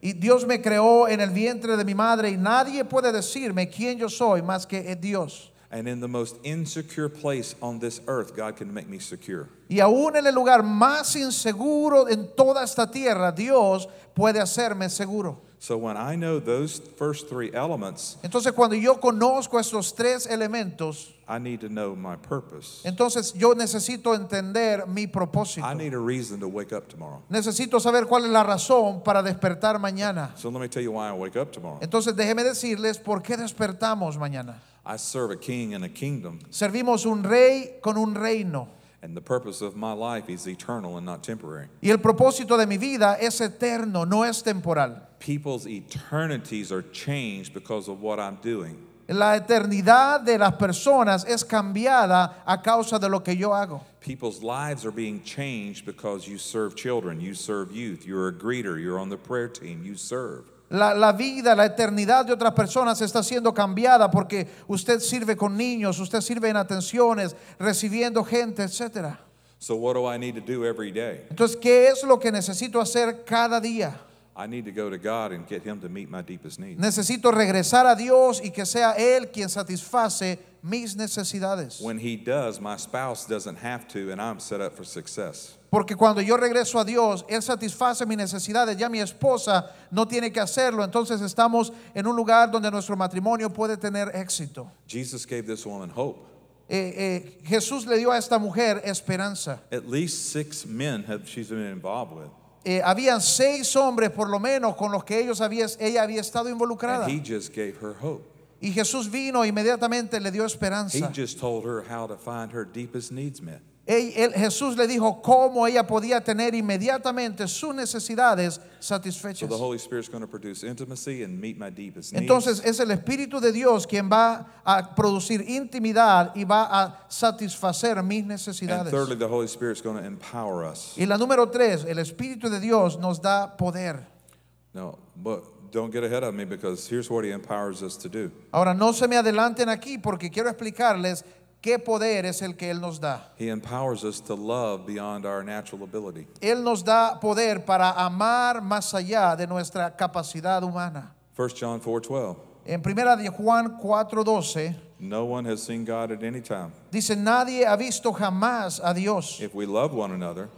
[SPEAKER 2] Y Dios me creó en el vientre de mi madre y nadie puede decirme quién yo soy más que es Dios.
[SPEAKER 1] And in the most insecure place on this earth, God can make me secure.
[SPEAKER 2] Y aún en el lugar más inseguro en toda esta tierra, Dios puede hacerme seguro.
[SPEAKER 1] So when I know those first three elements,
[SPEAKER 2] Entonces cuando yo conozco estos tres elementos,
[SPEAKER 1] I need to know my purpose.
[SPEAKER 2] entonces yo necesito entender mi propósito.
[SPEAKER 1] I need a reason to wake up tomorrow.
[SPEAKER 2] Necesito saber cuál es la razón para despertar mañana.
[SPEAKER 1] So let me tell you why I wake up tomorrow.
[SPEAKER 2] Entonces déjeme decirles por qué despertamos mañana.
[SPEAKER 1] I serve a king and a kingdom,
[SPEAKER 2] Servimos un rey con un reino.
[SPEAKER 1] and the purpose of my life is eternal and not temporary.
[SPEAKER 2] Y el propósito de mi vida es eterno, no es temporal.
[SPEAKER 1] People's eternities are changed because of what I'm doing.
[SPEAKER 2] La eternidad de las personas es cambiada a causa de lo que yo hago.
[SPEAKER 1] People's lives are being changed because you serve children, you serve youth, you're a greeter, you're on the prayer team, you serve.
[SPEAKER 2] La, la vida, la eternidad de otras personas está siendo cambiada porque usted sirve con niños, usted sirve en atenciones, recibiendo gente, etc.
[SPEAKER 1] So, what do I need to do every day?
[SPEAKER 2] Entonces, ¿qué es lo que necesito hacer cada día?
[SPEAKER 1] I need to go to God and get Him to meet my deepest needs.
[SPEAKER 2] Necesito regresar a Dios y que sea Él quien satisface mis necesidades.
[SPEAKER 1] When He does, my spouse doesn't have to, and I'm set up for success.
[SPEAKER 2] Porque cuando yo regreso a Dios, Él satisface mis necesidades, ya mi esposa no tiene que hacerlo, entonces estamos en un lugar donde nuestro matrimonio puede tener éxito.
[SPEAKER 1] Jesus gave this woman hope.
[SPEAKER 2] Eh, eh, Jesús le dio a esta mujer esperanza.
[SPEAKER 1] At least six men have she's been involved with,
[SPEAKER 2] Eh, habían seis hombres por lo menos con los que ellos había, ella había estado involucrada.
[SPEAKER 1] and He just gave her hope.
[SPEAKER 2] Y Jesús vino e inmediatamente le dio
[SPEAKER 1] He
[SPEAKER 2] esperanza.
[SPEAKER 1] just told her how to find her deepest needs met.
[SPEAKER 2] Él- él- Jesús le dijo cómo ella podía tener inmediatamente sus necesidades
[SPEAKER 1] So
[SPEAKER 2] satisfechas.
[SPEAKER 1] the Holy Spirit's going to produce intimacy and meet my deepest needs.
[SPEAKER 2] Entonces es el Espíritu de Dios quien va a producir intimidad y va a satisfacer mis
[SPEAKER 1] and
[SPEAKER 2] necesidades.
[SPEAKER 1] thirdly, the Holy Spirit's going to empower us.
[SPEAKER 2] Y la número tres, el Espíritu de Dios nos da poder.
[SPEAKER 1] No, but don't get ahead of me because here's what He empowers us to do.
[SPEAKER 2] Ahora no se me adelanten aquí porque quiero explicarles qué poder es el que Él nos da.
[SPEAKER 1] He empowers us to love beyond our natural ability.
[SPEAKER 2] Él nos da poder para amar más allá de nuestra capacidad humana.
[SPEAKER 1] 1 John 4:12.
[SPEAKER 2] En primera de Juan 4:12
[SPEAKER 1] No one has seen God at any time.
[SPEAKER 2] dice, nadie ha visto jamás a Dios,
[SPEAKER 1] If we love one another,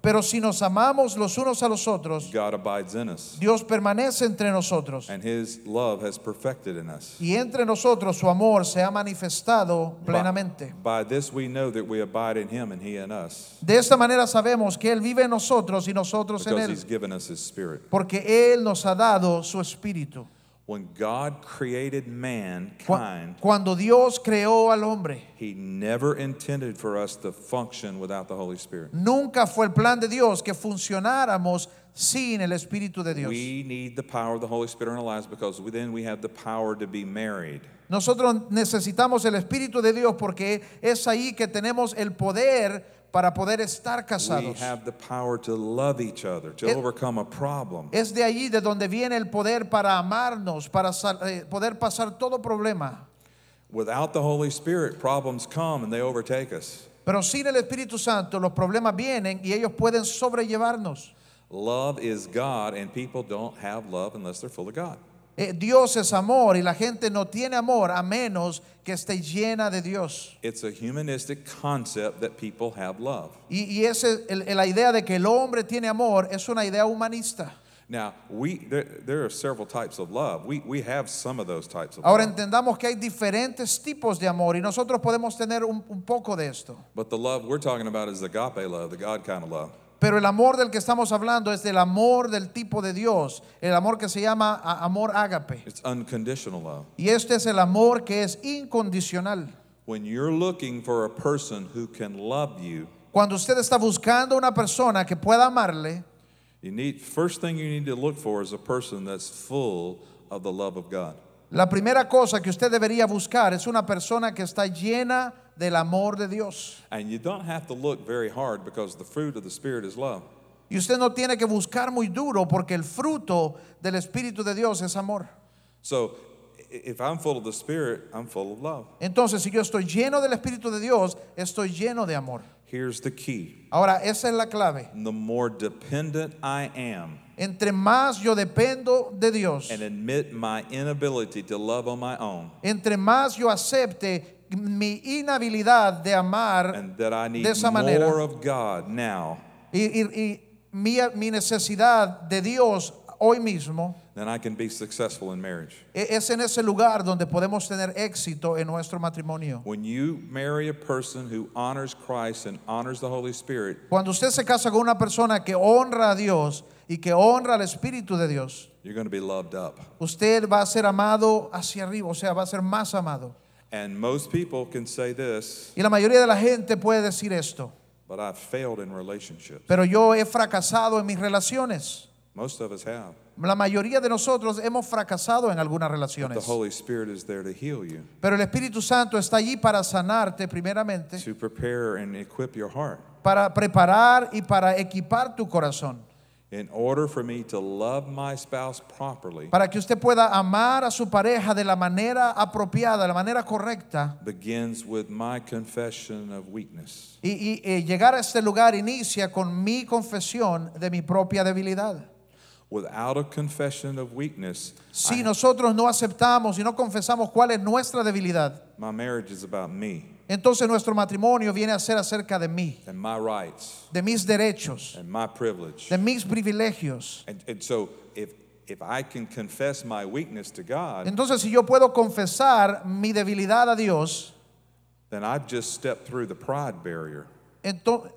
[SPEAKER 2] pero si nos amamos los unos a los otros,
[SPEAKER 1] God abides in us,
[SPEAKER 2] Dios permanece entre nosotros
[SPEAKER 1] and his love has perfected in us.
[SPEAKER 2] y entre nosotros su amor se ha manifestado plenamente.
[SPEAKER 1] By, by this we know that we abide in him and he in us,
[SPEAKER 2] De esta manera sabemos que Él vive en nosotros y nosotros en
[SPEAKER 1] because he's
[SPEAKER 2] Él,
[SPEAKER 1] given us his spirit.
[SPEAKER 2] porque Él nos ha dado su espíritu.
[SPEAKER 1] When God created mankind,
[SPEAKER 2] Cuando Dios creó al hombre,
[SPEAKER 1] He never intended for us to function without the Holy Spirit.
[SPEAKER 2] nunca fue el plan de Dios que funcionáramos sin el Espíritu de Dios.
[SPEAKER 1] We need the power of the Holy Spirit in our lives because then we have the power to be married.
[SPEAKER 2] Nosotros necesitamos el Espíritu de Dios porque es ahí que tenemos el poder para poder estar
[SPEAKER 1] We
[SPEAKER 2] casados.
[SPEAKER 1] have the power to love each other, to
[SPEAKER 2] It-
[SPEAKER 1] overcome a problem.
[SPEAKER 2] Es de allí de donde viene el poder para amarnos, para sal- eh, poder pasar todo problema.
[SPEAKER 1] Without the Holy Spirit, problems come and they overtake us.
[SPEAKER 2] Pero sin el Espíritu Santo los problemas vienen y ellos pueden sobrellevarnos.
[SPEAKER 1] Love is God, and people don't have love unless they're full of God.
[SPEAKER 2] Eh, Dios es amor y la gente no tiene amor a menos que esté llena de Dios.
[SPEAKER 1] It's a humanistic concept that people have love.
[SPEAKER 2] Y, y ese, el- la idea de que el hombre tiene amor es una idea humanista.
[SPEAKER 1] Now, we there, there are several types of love. We, we have some of those types of
[SPEAKER 2] Ahora
[SPEAKER 1] love.
[SPEAKER 2] entendamos que hay diferentes tipos de amor y nosotros podemos tener un, un poco de esto.
[SPEAKER 1] But the love we're talking about is agape love, the God kind of love.
[SPEAKER 2] Pero el amor del que estamos hablando es del amor del tipo de Dios, el amor que se llama a- amor ágape.
[SPEAKER 1] It's unconditional love.
[SPEAKER 2] Y este es el amor que es incondicional.
[SPEAKER 1] When you're looking for a person who can love you,
[SPEAKER 2] Cuando usted está buscando una persona que pueda amarle,
[SPEAKER 1] you need first thing you need to look for is a person that's full of the love of God.
[SPEAKER 2] la primera cosa que usted debería buscar es una persona que está llena del amor de Dios.
[SPEAKER 1] And you don't have to look very hard because the fruit of the Spirit is love.
[SPEAKER 2] Y usted no tiene que buscar muy duro porque el fruto del Espíritu de Dios es amor.
[SPEAKER 1] So i- if I'm full of the Spirit, I'm full of love.
[SPEAKER 2] Entonces, si yo estoy lleno del Espíritu de Dios, estoy lleno de amor.
[SPEAKER 1] Here's the key
[SPEAKER 2] Ahora, esa es la clave.
[SPEAKER 1] the more dependent I am
[SPEAKER 2] Entre más yo dependo de Dios,
[SPEAKER 1] and admit my inability to love on my own,
[SPEAKER 2] entre más yo acepte mi inhabilidad de amar
[SPEAKER 1] and that I need
[SPEAKER 2] De esa manera.
[SPEAKER 1] more of God now,
[SPEAKER 2] y, y- y mi, mi necesidad de Dios hoy mismo,
[SPEAKER 1] then I can be successful in marriage.
[SPEAKER 2] e- es en ese lugar donde podemos tener éxito en nuestro matrimonio.
[SPEAKER 1] When you marry a person who honors Christ and honors the Holy Spirit,
[SPEAKER 2] Cuando usted se casa con una persona que honra a Dios y que honra al Espíritu de Dios,
[SPEAKER 1] you're going to be loved up.
[SPEAKER 2] usted va a ser amado hacia arriba, o sea, va a ser más amado.
[SPEAKER 1] And most people can say this,
[SPEAKER 2] Y la mayoría de la gente puede decir esto,
[SPEAKER 1] but I've failed in relationships.
[SPEAKER 2] pero yo he fracasado en mis relaciones.
[SPEAKER 1] Most of us have.
[SPEAKER 2] La mayoría de nosotros hemos fracasado en algunas
[SPEAKER 1] The
[SPEAKER 2] relaciones.
[SPEAKER 1] Holy Spirit is there to heal you,
[SPEAKER 2] Pero el Espíritu Santo está allí para sanarte primeramente,
[SPEAKER 1] to prepare and equip your heart.
[SPEAKER 2] para preparar y para equipar tu corazón,
[SPEAKER 1] In order for me to love my spouse properly,
[SPEAKER 2] para que usted pueda amar a su pareja de la manera apropiada, de la manera correcta.
[SPEAKER 1] begins with my confession of weakness.
[SPEAKER 2] Y, y, eh, llegar a este lugar inicia con mi confesión de mi propia debilidad.
[SPEAKER 1] Without a confession of weakness,
[SPEAKER 2] Si nosotros no aceptamos y no confesamos cuál es nuestra debilidad,
[SPEAKER 1] my marriage is about me
[SPEAKER 2] Entonces nuestro matrimonio viene a ser acerca de mí,
[SPEAKER 1] and my rights
[SPEAKER 2] de mis derechos,
[SPEAKER 1] and my privilege.
[SPEAKER 2] de mis privilegios.
[SPEAKER 1] And, and so if if I can confess my weakness to God,
[SPEAKER 2] Entonces si yo puedo confesar mi debilidad a Dios,
[SPEAKER 1] then I've just stepped through the pride barrier.
[SPEAKER 2] ento-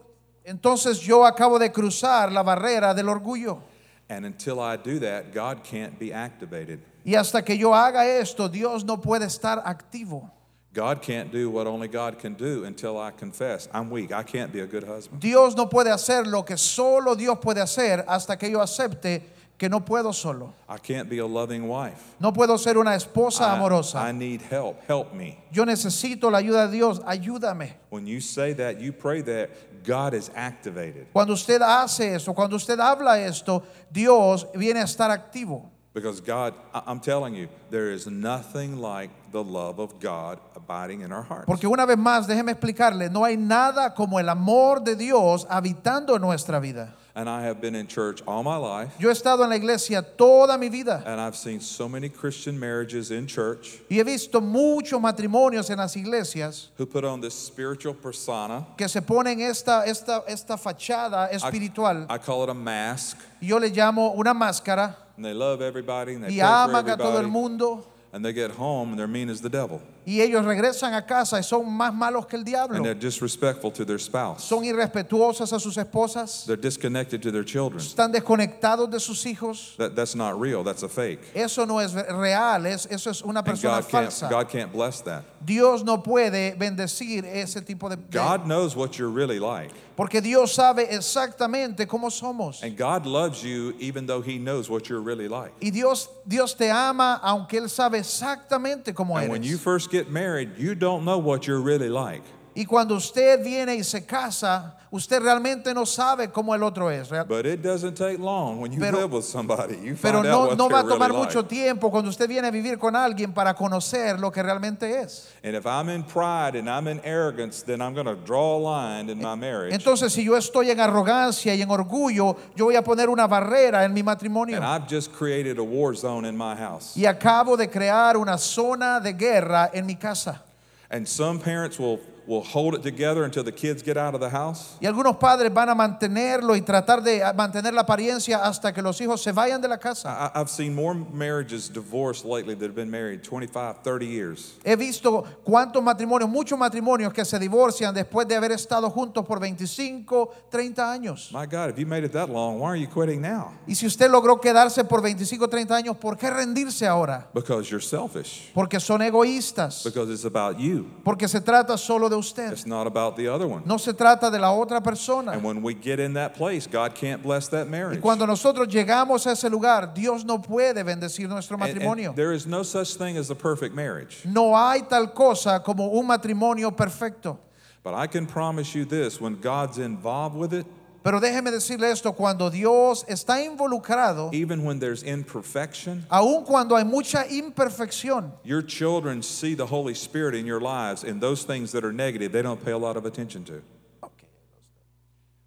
[SPEAKER 2] entonces yo acabo de cruzar la barrera del orgullo.
[SPEAKER 1] And until I do that, God can't be activated.
[SPEAKER 2] Y hasta que yo haga esto, Dios no puede estar activo.
[SPEAKER 1] God can't do what only God can do until I confess. I'm weak. I can't be a good husband.
[SPEAKER 2] Dios no puede hacer lo que solo Dios puede hacer hasta que yo acepte que no puedo solo.
[SPEAKER 1] I can't be a loving wife.
[SPEAKER 2] No puedo ser una
[SPEAKER 1] Ah,
[SPEAKER 2] esposa
[SPEAKER 1] I, I
[SPEAKER 2] amorosa.
[SPEAKER 1] need help. Help me.
[SPEAKER 2] Yo necesito la ayuda de Dios. Ayúdame.
[SPEAKER 1] When you say that, you pray that, God is activated
[SPEAKER 2] Cuando usted hace esto, cuando usted habla esto, Dios viene a estar activo.
[SPEAKER 1] because God, I- I'm telling you, there is nothing like the love of God abiding in our hearts.
[SPEAKER 2] Porque una vez más, déjeme explicarle, no hay nada como el amor de Dios habitando en nuestra vida.
[SPEAKER 1] And I have been in church all my life,
[SPEAKER 2] Yo he estado en la iglesia toda mi vida
[SPEAKER 1] and I've seen so many Christian marriages in church
[SPEAKER 2] y he visto muchos matrimonios en las iglesias
[SPEAKER 1] who put on this spiritual persona.
[SPEAKER 2] que se ponen esta, esta, esta fachada
[SPEAKER 1] I-
[SPEAKER 2] espiritual.
[SPEAKER 1] I call it a mask.
[SPEAKER 2] y Yo le llamo una máscara
[SPEAKER 1] And they love everybody and they
[SPEAKER 2] y
[SPEAKER 1] pray for
[SPEAKER 2] aman a todo el
[SPEAKER 1] everybody.
[SPEAKER 2] mundo.
[SPEAKER 1] And they get home and they're mean as the devil.
[SPEAKER 2] Y ellos regresan a casa y son más malos que el diablo.
[SPEAKER 1] and they're disrespectful to their spouse.
[SPEAKER 2] Son irrespetuosas a sus esposas.
[SPEAKER 1] They're disconnected to their children.
[SPEAKER 2] Están desconectados de sus hijos.
[SPEAKER 1] That, that's not real, that's a fake.
[SPEAKER 2] Eso no es real, es, eso es una
[SPEAKER 1] And
[SPEAKER 2] persona
[SPEAKER 1] God can't,
[SPEAKER 2] falsa.
[SPEAKER 1] God can't bless that.
[SPEAKER 2] Dios no puede bendecir ese tipo de... de-
[SPEAKER 1] God knows what you're really like.
[SPEAKER 2] porque Dios sabe exactamente cómo somos.
[SPEAKER 1] And God loves you even though He knows what you're really like.
[SPEAKER 2] Y Dios, Dios te ama aunque Él sabe exactamente cómo
[SPEAKER 1] And when you
[SPEAKER 2] eres.
[SPEAKER 1] first get married, you don't know what you're really like.
[SPEAKER 2] Y cuando usted viene y se casa, usted realmente no sabe cómo el otro es. real-
[SPEAKER 1] But it doesn't take long when you
[SPEAKER 2] Pero-
[SPEAKER 1] live with somebody. You
[SPEAKER 2] Pero
[SPEAKER 1] find out
[SPEAKER 2] no,
[SPEAKER 1] what
[SPEAKER 2] no va a
[SPEAKER 1] they're
[SPEAKER 2] tomar
[SPEAKER 1] really
[SPEAKER 2] mucho
[SPEAKER 1] like.
[SPEAKER 2] tiempo cuando usted viene a vivir con alguien para conocer lo que realmente es.
[SPEAKER 1] And if I'm in pride and I'm in arrogance, then I'm going to draw a line in my marriage.
[SPEAKER 2] Entonces, si yo estoy en arrogancia y en orgullo, yo voy a poner una barrera en mi matrimonio.
[SPEAKER 1] And I've just created a war zone in my house.
[SPEAKER 2] Y acabo de crear una zona de guerra en mi casa.
[SPEAKER 1] And some parents will, will hold it together until the kids get out of the house.
[SPEAKER 2] Y algunos padres van a mantenerlo y tratar de ah, mantener la apariencia hasta que los hijos se vayan de la casa.
[SPEAKER 1] I, I- I've seen more marriages divorced lately that have been married 25, 30 years.
[SPEAKER 2] He visto cuántos matrimonios, muchos matrimonios que se divorcian después de haber estado juntos por 25, 30 años.
[SPEAKER 1] My God, if you made it that long, why are you quitting now?
[SPEAKER 2] Y si usted logró quedarse por 25, 30 años, ¿por qué rendirse ahora?
[SPEAKER 1] Because you're selfish.
[SPEAKER 2] Porque son egoístas,
[SPEAKER 1] Because it's about you.
[SPEAKER 2] porque se trata solo de usted.
[SPEAKER 1] It's not about the other one.
[SPEAKER 2] No se trata de la otra persona.
[SPEAKER 1] And when we get in that place, God can't bless that
[SPEAKER 2] Y
[SPEAKER 1] marriage.
[SPEAKER 2] cuando nosotros llegamos a ese lugar, Dios no puede bendecir nuestro
[SPEAKER 1] And- and
[SPEAKER 2] matrimonio.
[SPEAKER 1] there is no such thing as a perfect marriage.
[SPEAKER 2] No hay tal cosa como un matrimonio perfecto.
[SPEAKER 1] But I can promise you this when God's involved with it,
[SPEAKER 2] Pero déjeme decirle esto, cuando Dios está involucrado,
[SPEAKER 1] even when there's imperfection,
[SPEAKER 2] aun cuando hay mucha imperfección,
[SPEAKER 1] your children see the Holy Spirit in your lives, and those things that are negative, they don't pay a lot of attention to.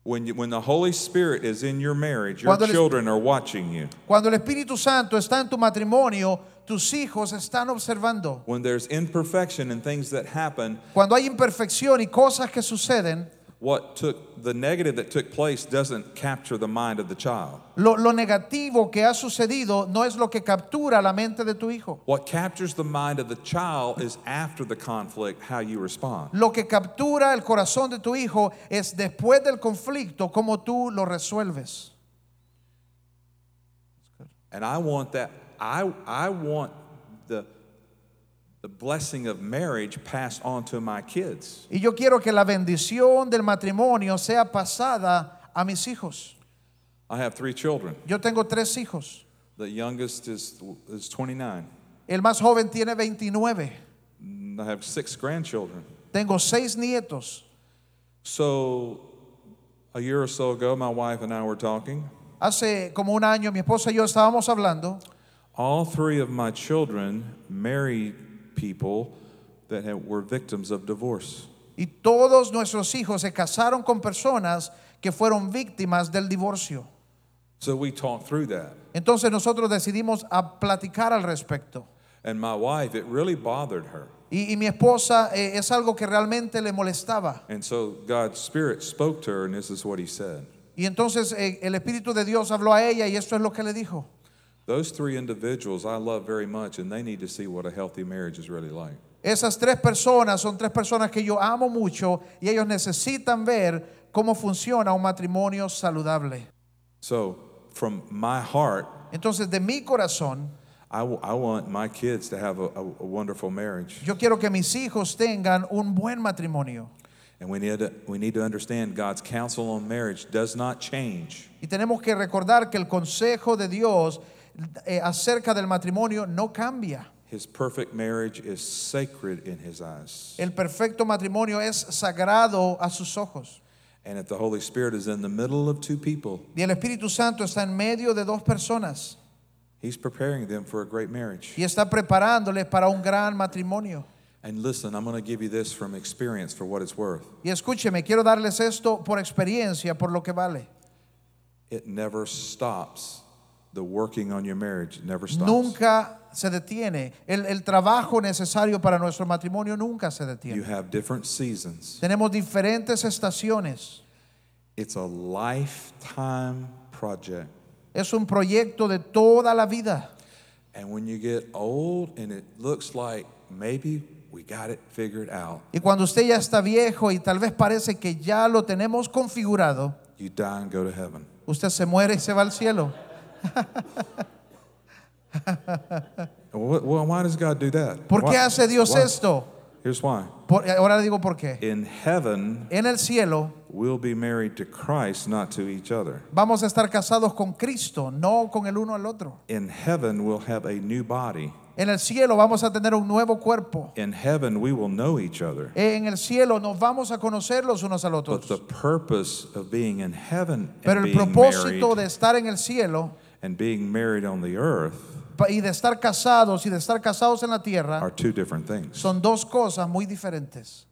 [SPEAKER 1] When, you, when the Holy Spirit is in your marriage, your
[SPEAKER 2] Cuando el-
[SPEAKER 1] children are watching you.
[SPEAKER 2] cuando el Espíritu Santo está en tu matrimonio, tus hijos están observando.
[SPEAKER 1] When there's imperfection and things that happen,
[SPEAKER 2] Cuando hay imperfección y cosas que suceden,
[SPEAKER 1] what took the negative that took place doesn't capture the mind of the child.
[SPEAKER 2] lo, lo negativo que ha sucedido no es lo que captura la mente de tu hijo.
[SPEAKER 1] What captures the mind of the child is after the conflict how you respond.
[SPEAKER 2] Lo que captura el corazón de tu hijo es después del conflicto, cómo tú lo resuelves.
[SPEAKER 1] And I want that I I want the the blessing of marriage passed on to my kids.
[SPEAKER 2] Y yo quiero que la bendición del matrimonio sea pasada a mis hijos.
[SPEAKER 1] I have 3 children.
[SPEAKER 2] Yo tengo tres hijos.
[SPEAKER 1] The youngest is is 29.
[SPEAKER 2] El más joven tiene 29.
[SPEAKER 1] And I have 6 grandchildren.
[SPEAKER 2] Tengo seis nietos.
[SPEAKER 1] So a year or so ago my wife and I were talking.
[SPEAKER 2] Hace como un año mi esposa y yo estábamos hablando
[SPEAKER 1] All 3 of my children married people that had, were victims of divorce.
[SPEAKER 2] y todos nuestros hijos se casaron con personas que fueron víctimas del divorcio.
[SPEAKER 1] So we talked through that.
[SPEAKER 2] Entonces nosotros decidimos a platicar al respecto.
[SPEAKER 1] And my wife, it really bothered her.
[SPEAKER 2] Y, y mi esposa eh, es algo que realmente le molestaba.
[SPEAKER 1] And so God's Spirit spoke to her, and this is what He said
[SPEAKER 2] Y entonces eh, el Espíritu de Dios habló a ella y esto es lo que le dijo.
[SPEAKER 1] Those three individuals I love very much, and they need to see what a healthy marriage is really like.
[SPEAKER 2] Esas tres personas son tres personas que yo amo mucho y ellos necesitan ver cómo funciona un matrimonio saludable.
[SPEAKER 1] So, from my heart,
[SPEAKER 2] Entonces, de mi corazón,
[SPEAKER 1] I, w- I want my kids to have a, a, a wonderful marriage.
[SPEAKER 2] yo quiero que mis hijos tengan un buen matrimonio.
[SPEAKER 1] And we need, to, we need to understand God's counsel on marriage does not change.
[SPEAKER 2] Y tenemos que recordar que el consejo de Dios eh, acerca del matrimonio no cambia.
[SPEAKER 1] His perfect marriage is sacred in His eyes.
[SPEAKER 2] El perfecto matrimonio es sagrado a sus ojos.
[SPEAKER 1] And if the Holy Spirit is in the middle of two people,
[SPEAKER 2] Y el Espíritu Santo está en medio de dos personas
[SPEAKER 1] He's preparing them for a great marriage.
[SPEAKER 2] y está preparándoles para un gran matrimonio.
[SPEAKER 1] And listen, I'm going to give you this from experience for what it's worth.
[SPEAKER 2] Y escúcheme, quiero darles esto por experiencia, por lo que vale.
[SPEAKER 1] It never stops. The working on your marriage never stops.
[SPEAKER 2] Nunca se detiene. El, el trabajo necesario para nuestro matrimonio nunca se detiene.
[SPEAKER 1] You have different seasons.
[SPEAKER 2] Tenemos diferentes estaciones.
[SPEAKER 1] It's a lifetime project.
[SPEAKER 2] Es un proyecto de toda la vida.
[SPEAKER 1] And when you get old and it looks like maybe we got it figured out.
[SPEAKER 2] Y cuando usted ya está viejo y tal vez parece que ya lo tenemos configurado,
[SPEAKER 1] You die and go to heaven.
[SPEAKER 2] usted se muere y se va al cielo.
[SPEAKER 1] Well, wh- well, why does God do that?
[SPEAKER 2] ¿Por qué
[SPEAKER 1] Why-
[SPEAKER 2] hace Dios
[SPEAKER 1] why?
[SPEAKER 2] esto?
[SPEAKER 1] Here's why.
[SPEAKER 2] Por- ahora le digo por qué.
[SPEAKER 1] In heaven,
[SPEAKER 2] En el cielo
[SPEAKER 1] we'll be married to Christ, not to each other.
[SPEAKER 2] vamos a estar casados con Cristo, no con el uno al otro.
[SPEAKER 1] In heaven, we'll have a new body.
[SPEAKER 2] En el cielo vamos a tener un nuevo cuerpo.
[SPEAKER 1] In heaven, we will know each other.
[SPEAKER 2] En el cielo nos vamos a conocer los unos al
[SPEAKER 1] But the
[SPEAKER 2] otro.
[SPEAKER 1] purpose of being in heaven and
[SPEAKER 2] Pero el
[SPEAKER 1] being
[SPEAKER 2] propósito
[SPEAKER 1] married
[SPEAKER 2] de estar en el cielo
[SPEAKER 1] and being married on the earth
[SPEAKER 2] pa- y de estar casados y de estar casados en la tierra
[SPEAKER 1] are two different things.
[SPEAKER 2] son dos cosas muy diferentes.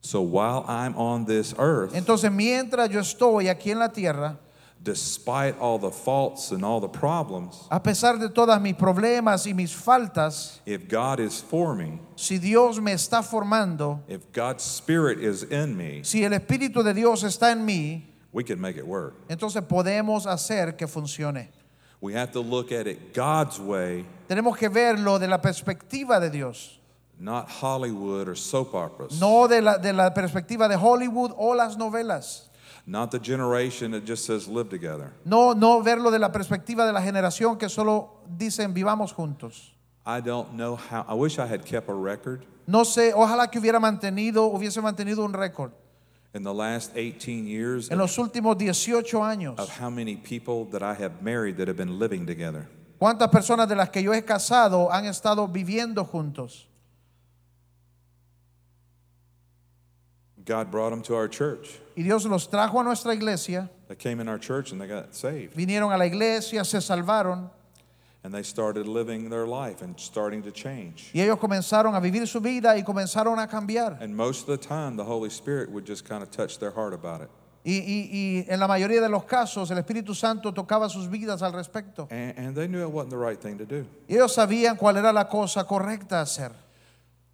[SPEAKER 1] So while I'm on this earth,
[SPEAKER 2] Entonces, mientras yo estoy aquí en la tierra,
[SPEAKER 1] despite all the faults and all the problems,
[SPEAKER 2] a pesar de todas mis problemas y mis faltas,
[SPEAKER 1] if God is for me,
[SPEAKER 2] si Dios me está formando,
[SPEAKER 1] if God's Spirit is in me,
[SPEAKER 2] si el Espíritu de Dios está en mí,
[SPEAKER 1] we can make it work.
[SPEAKER 2] entonces podemos hacer que funcione.
[SPEAKER 1] We have to look at it God's way,
[SPEAKER 2] Tenemos que verlo de la perspectiva de Dios,
[SPEAKER 1] not Hollywood or soap operas,
[SPEAKER 2] no de la, de la perspectiva de Hollywood o las novelas.
[SPEAKER 1] not the generation that just says live together.
[SPEAKER 2] No, no verlo de la perspectiva de la generación que solo dicen vivamos juntos.
[SPEAKER 1] I don't know how, I wish I had kept a record.
[SPEAKER 2] No sé, ojalá que hubiera mantenido, hubiese mantenido un récord
[SPEAKER 1] in the last 18 years
[SPEAKER 2] en los últimos 18 años.
[SPEAKER 1] of how many people that I have married that have been living together.
[SPEAKER 2] ¿Cuántas personas de las que yo he casado han estado viviendo juntos?
[SPEAKER 1] God brought them to our church.
[SPEAKER 2] Y Dios los trajo a nuestra iglesia,
[SPEAKER 1] They came in our church and they got saved.
[SPEAKER 2] vinieron a la iglesia, se salvaron
[SPEAKER 1] And they started living their life and starting to change.
[SPEAKER 2] y ellos comenzaron a vivir su vida y comenzaron a cambiar.
[SPEAKER 1] And most of the time, the Holy Spirit would just kind of touch their heart about it.
[SPEAKER 2] Y, y- y en la mayoría de los casos el Espíritu Santo tocaba sus vidas al respecto.
[SPEAKER 1] And, and they knew it wasn't the right thing to do.
[SPEAKER 2] Y ellos sabían cuál era la cosa correcta a hacer.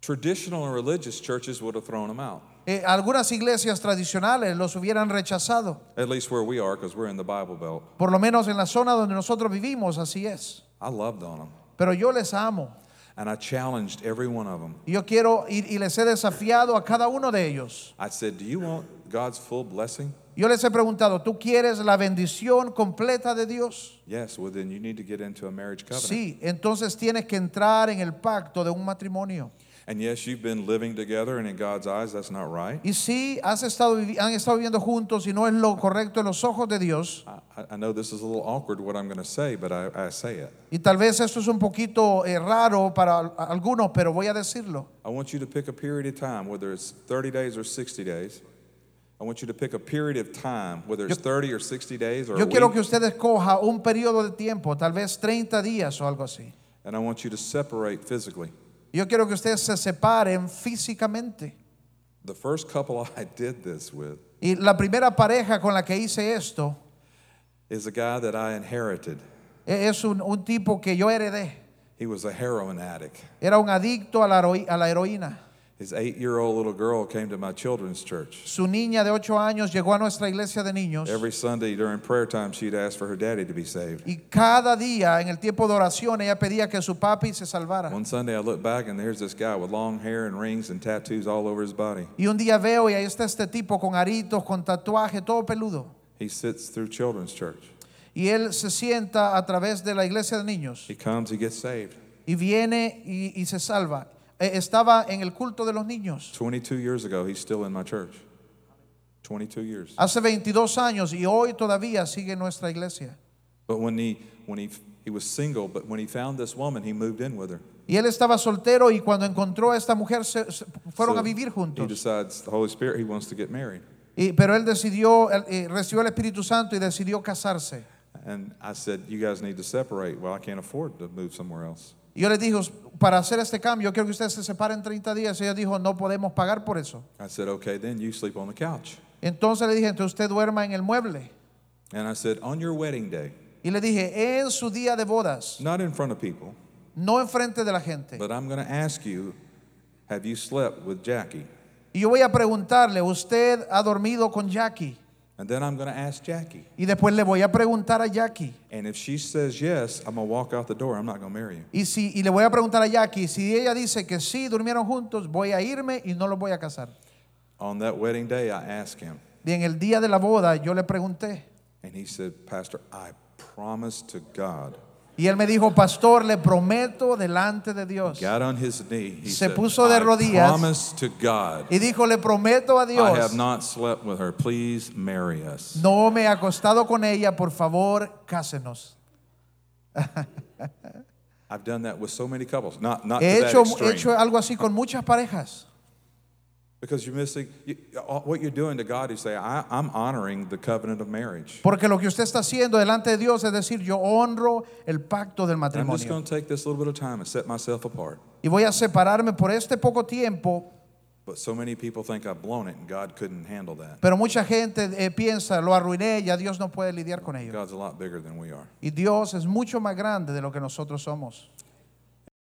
[SPEAKER 1] Traditional and religious churches would have thrown them out,
[SPEAKER 2] Eh, algunas iglesias tradicionales los hubieran rechazado,
[SPEAKER 1] at least where we are, because we're in the Bible Belt.
[SPEAKER 2] por lo menos en la zona donde nosotros vivimos, así es.
[SPEAKER 1] I loved on them.
[SPEAKER 2] Pero yo les amo
[SPEAKER 1] And I challenged every one of them.
[SPEAKER 2] y yo quiero y- y les he desafiado a cada uno de ellos.
[SPEAKER 1] I said, Do you want God's full blessing?
[SPEAKER 2] Yo les he preguntado, ¿tú quieres la bendición completa de Dios?
[SPEAKER 1] Yes, well, then you need to get into a marriage covenant.
[SPEAKER 2] Sí, entonces tienes que entrar en el pacto de un matrimonio.
[SPEAKER 1] And yes, you've been living together, and in God's eyes, that's not right.
[SPEAKER 2] Y si has estado, vivi- han estado viviendo juntos y no es lo correcto en los ojos de Dios,
[SPEAKER 1] I, I- I know this is a little awkward what I'm going to say, but I, I say it.
[SPEAKER 2] y tal vez esto es un poquito eh, raro para al- algunos, pero voy a decirlo.
[SPEAKER 1] I want you to pick a period of time, whether it's 30 days or 60 days. I want you to pick a period of time, whether it's 30 or 60 days or a
[SPEAKER 2] Yo quiero
[SPEAKER 1] week,
[SPEAKER 2] que usted escoja un periodo de tiempo, tal vez 30 días o algo así.
[SPEAKER 1] and I want you to separate physically.
[SPEAKER 2] Yo quiero que ustedes se separen físicamente.
[SPEAKER 1] The first couple I did this with
[SPEAKER 2] Y la primera pareja con la que hice esto
[SPEAKER 1] is a guy that I inherited.
[SPEAKER 2] eh, es un- un tipo que yo heredé.
[SPEAKER 1] He was a heroin addict.
[SPEAKER 2] Era un adicto a la, heroi- a la heroína.
[SPEAKER 1] His eight year old little girl came to my children's church.
[SPEAKER 2] Su niña de 8 años llegó a nuestra iglesia de niños
[SPEAKER 1] Every Sunday during prayer time, she'd ask for her daddy to be saved.
[SPEAKER 2] y cada día en el tiempo de oración ella pedía que su papi se salvara.
[SPEAKER 1] One Sunday I look back and there's this guy with long hair and rings and tattoos all over his body.
[SPEAKER 2] Y un día veo y ahí está este tipo con aritos, con tatuaje, todo peludo.
[SPEAKER 1] He sits through children's church.
[SPEAKER 2] Y él se sienta a través de la iglesia de niños
[SPEAKER 1] He comes, he gets saved.
[SPEAKER 2] y viene y, y se salva. Eh, Estaba en el culto de los niños
[SPEAKER 1] 22 years ago, he's still in my church. 22 years.
[SPEAKER 2] hace 22 años y hoy todavía sigue en nuestra iglesia.
[SPEAKER 1] But when he when he he was single, but when he found this woman, he moved in with her.
[SPEAKER 2] Y él estaba soltero y cuando encontró a esta mujer se- se- fueron
[SPEAKER 1] So
[SPEAKER 2] a vivir
[SPEAKER 1] He
[SPEAKER 2] juntos.
[SPEAKER 1] decides the Holy Spirit he wants to get married.
[SPEAKER 2] Y- pero él decidió, él, eh, recibió el Espíritu Santo y decidió casarse.
[SPEAKER 1] And I said, "You guys need to separate. Well, I can't afford to move somewhere else."
[SPEAKER 2] Y yo les dije, "Us- para hacer este cambio, quiero que ustedes se separen 30 días. Y ella dijo, no podemos pagar por eso.
[SPEAKER 1] I said, "Okay, then you sleep on the couch."
[SPEAKER 2] Entonces le dije, entonces usted duerma en el mueble.
[SPEAKER 1] And I said, "On your wedding day,
[SPEAKER 2] Y le dije, en su día de bodas,
[SPEAKER 1] not in front of people,
[SPEAKER 2] no enfrente de la gente.
[SPEAKER 1] But I'm going to ask you, have you slept with Jackie?
[SPEAKER 2] Y yo voy a preguntarle, ¿usted ha dormido con Jackie?
[SPEAKER 1] And then I'm going to ask Jackie.
[SPEAKER 2] Y después le voy a preguntar a Jackie.
[SPEAKER 1] And if she says yes, I'm going to walk out the door. I'm not going to marry you.
[SPEAKER 2] Y, si, y le voy a preguntar a Jackie, si ella dice que sí, durmieron juntos, voy a irme y no los voy a casar.
[SPEAKER 1] On that wedding day, I asked him.
[SPEAKER 2] Y en el día de la boda yo le pregunté.
[SPEAKER 1] And he said, Pastor, I promise to God.
[SPEAKER 2] Y él me dijo, pastor, le prometo delante de Dios.
[SPEAKER 1] Got on his knee. He
[SPEAKER 2] Se
[SPEAKER 1] said,
[SPEAKER 2] puso de rodillas.
[SPEAKER 1] I promise to God.
[SPEAKER 2] Y dijo, le prometo a
[SPEAKER 1] I have
[SPEAKER 2] Dios,
[SPEAKER 1] not slept with her. Please marry us.
[SPEAKER 2] no me he acostado con ella, por favor, cásenos.
[SPEAKER 1] I've done that with so many couples. Not, not
[SPEAKER 2] He
[SPEAKER 1] to that
[SPEAKER 2] hecho, he
[SPEAKER 1] extreme.
[SPEAKER 2] hecho algo así con muchas parejas.
[SPEAKER 1] Because you're missing, you, all- what you're doing to God is saying, I, I'm honoring the covenant of marriage.
[SPEAKER 2] Porque lo que usted está haciendo delante de Dios es decir, yo honro el pacto del
[SPEAKER 1] And I'm just
[SPEAKER 2] matrimonio.
[SPEAKER 1] going to take this little bit of time and set myself apart.
[SPEAKER 2] Y voy a separarme por este poco tiempo,
[SPEAKER 1] But so many people think I've blown it and God couldn't handle that.
[SPEAKER 2] pero mucha gente eh, piensa, lo arruiné, ya Dios no puede lidiar con ello.
[SPEAKER 1] God's a lot bigger than we are.
[SPEAKER 2] Y Dios es mucho más grande de lo que nosotros somos.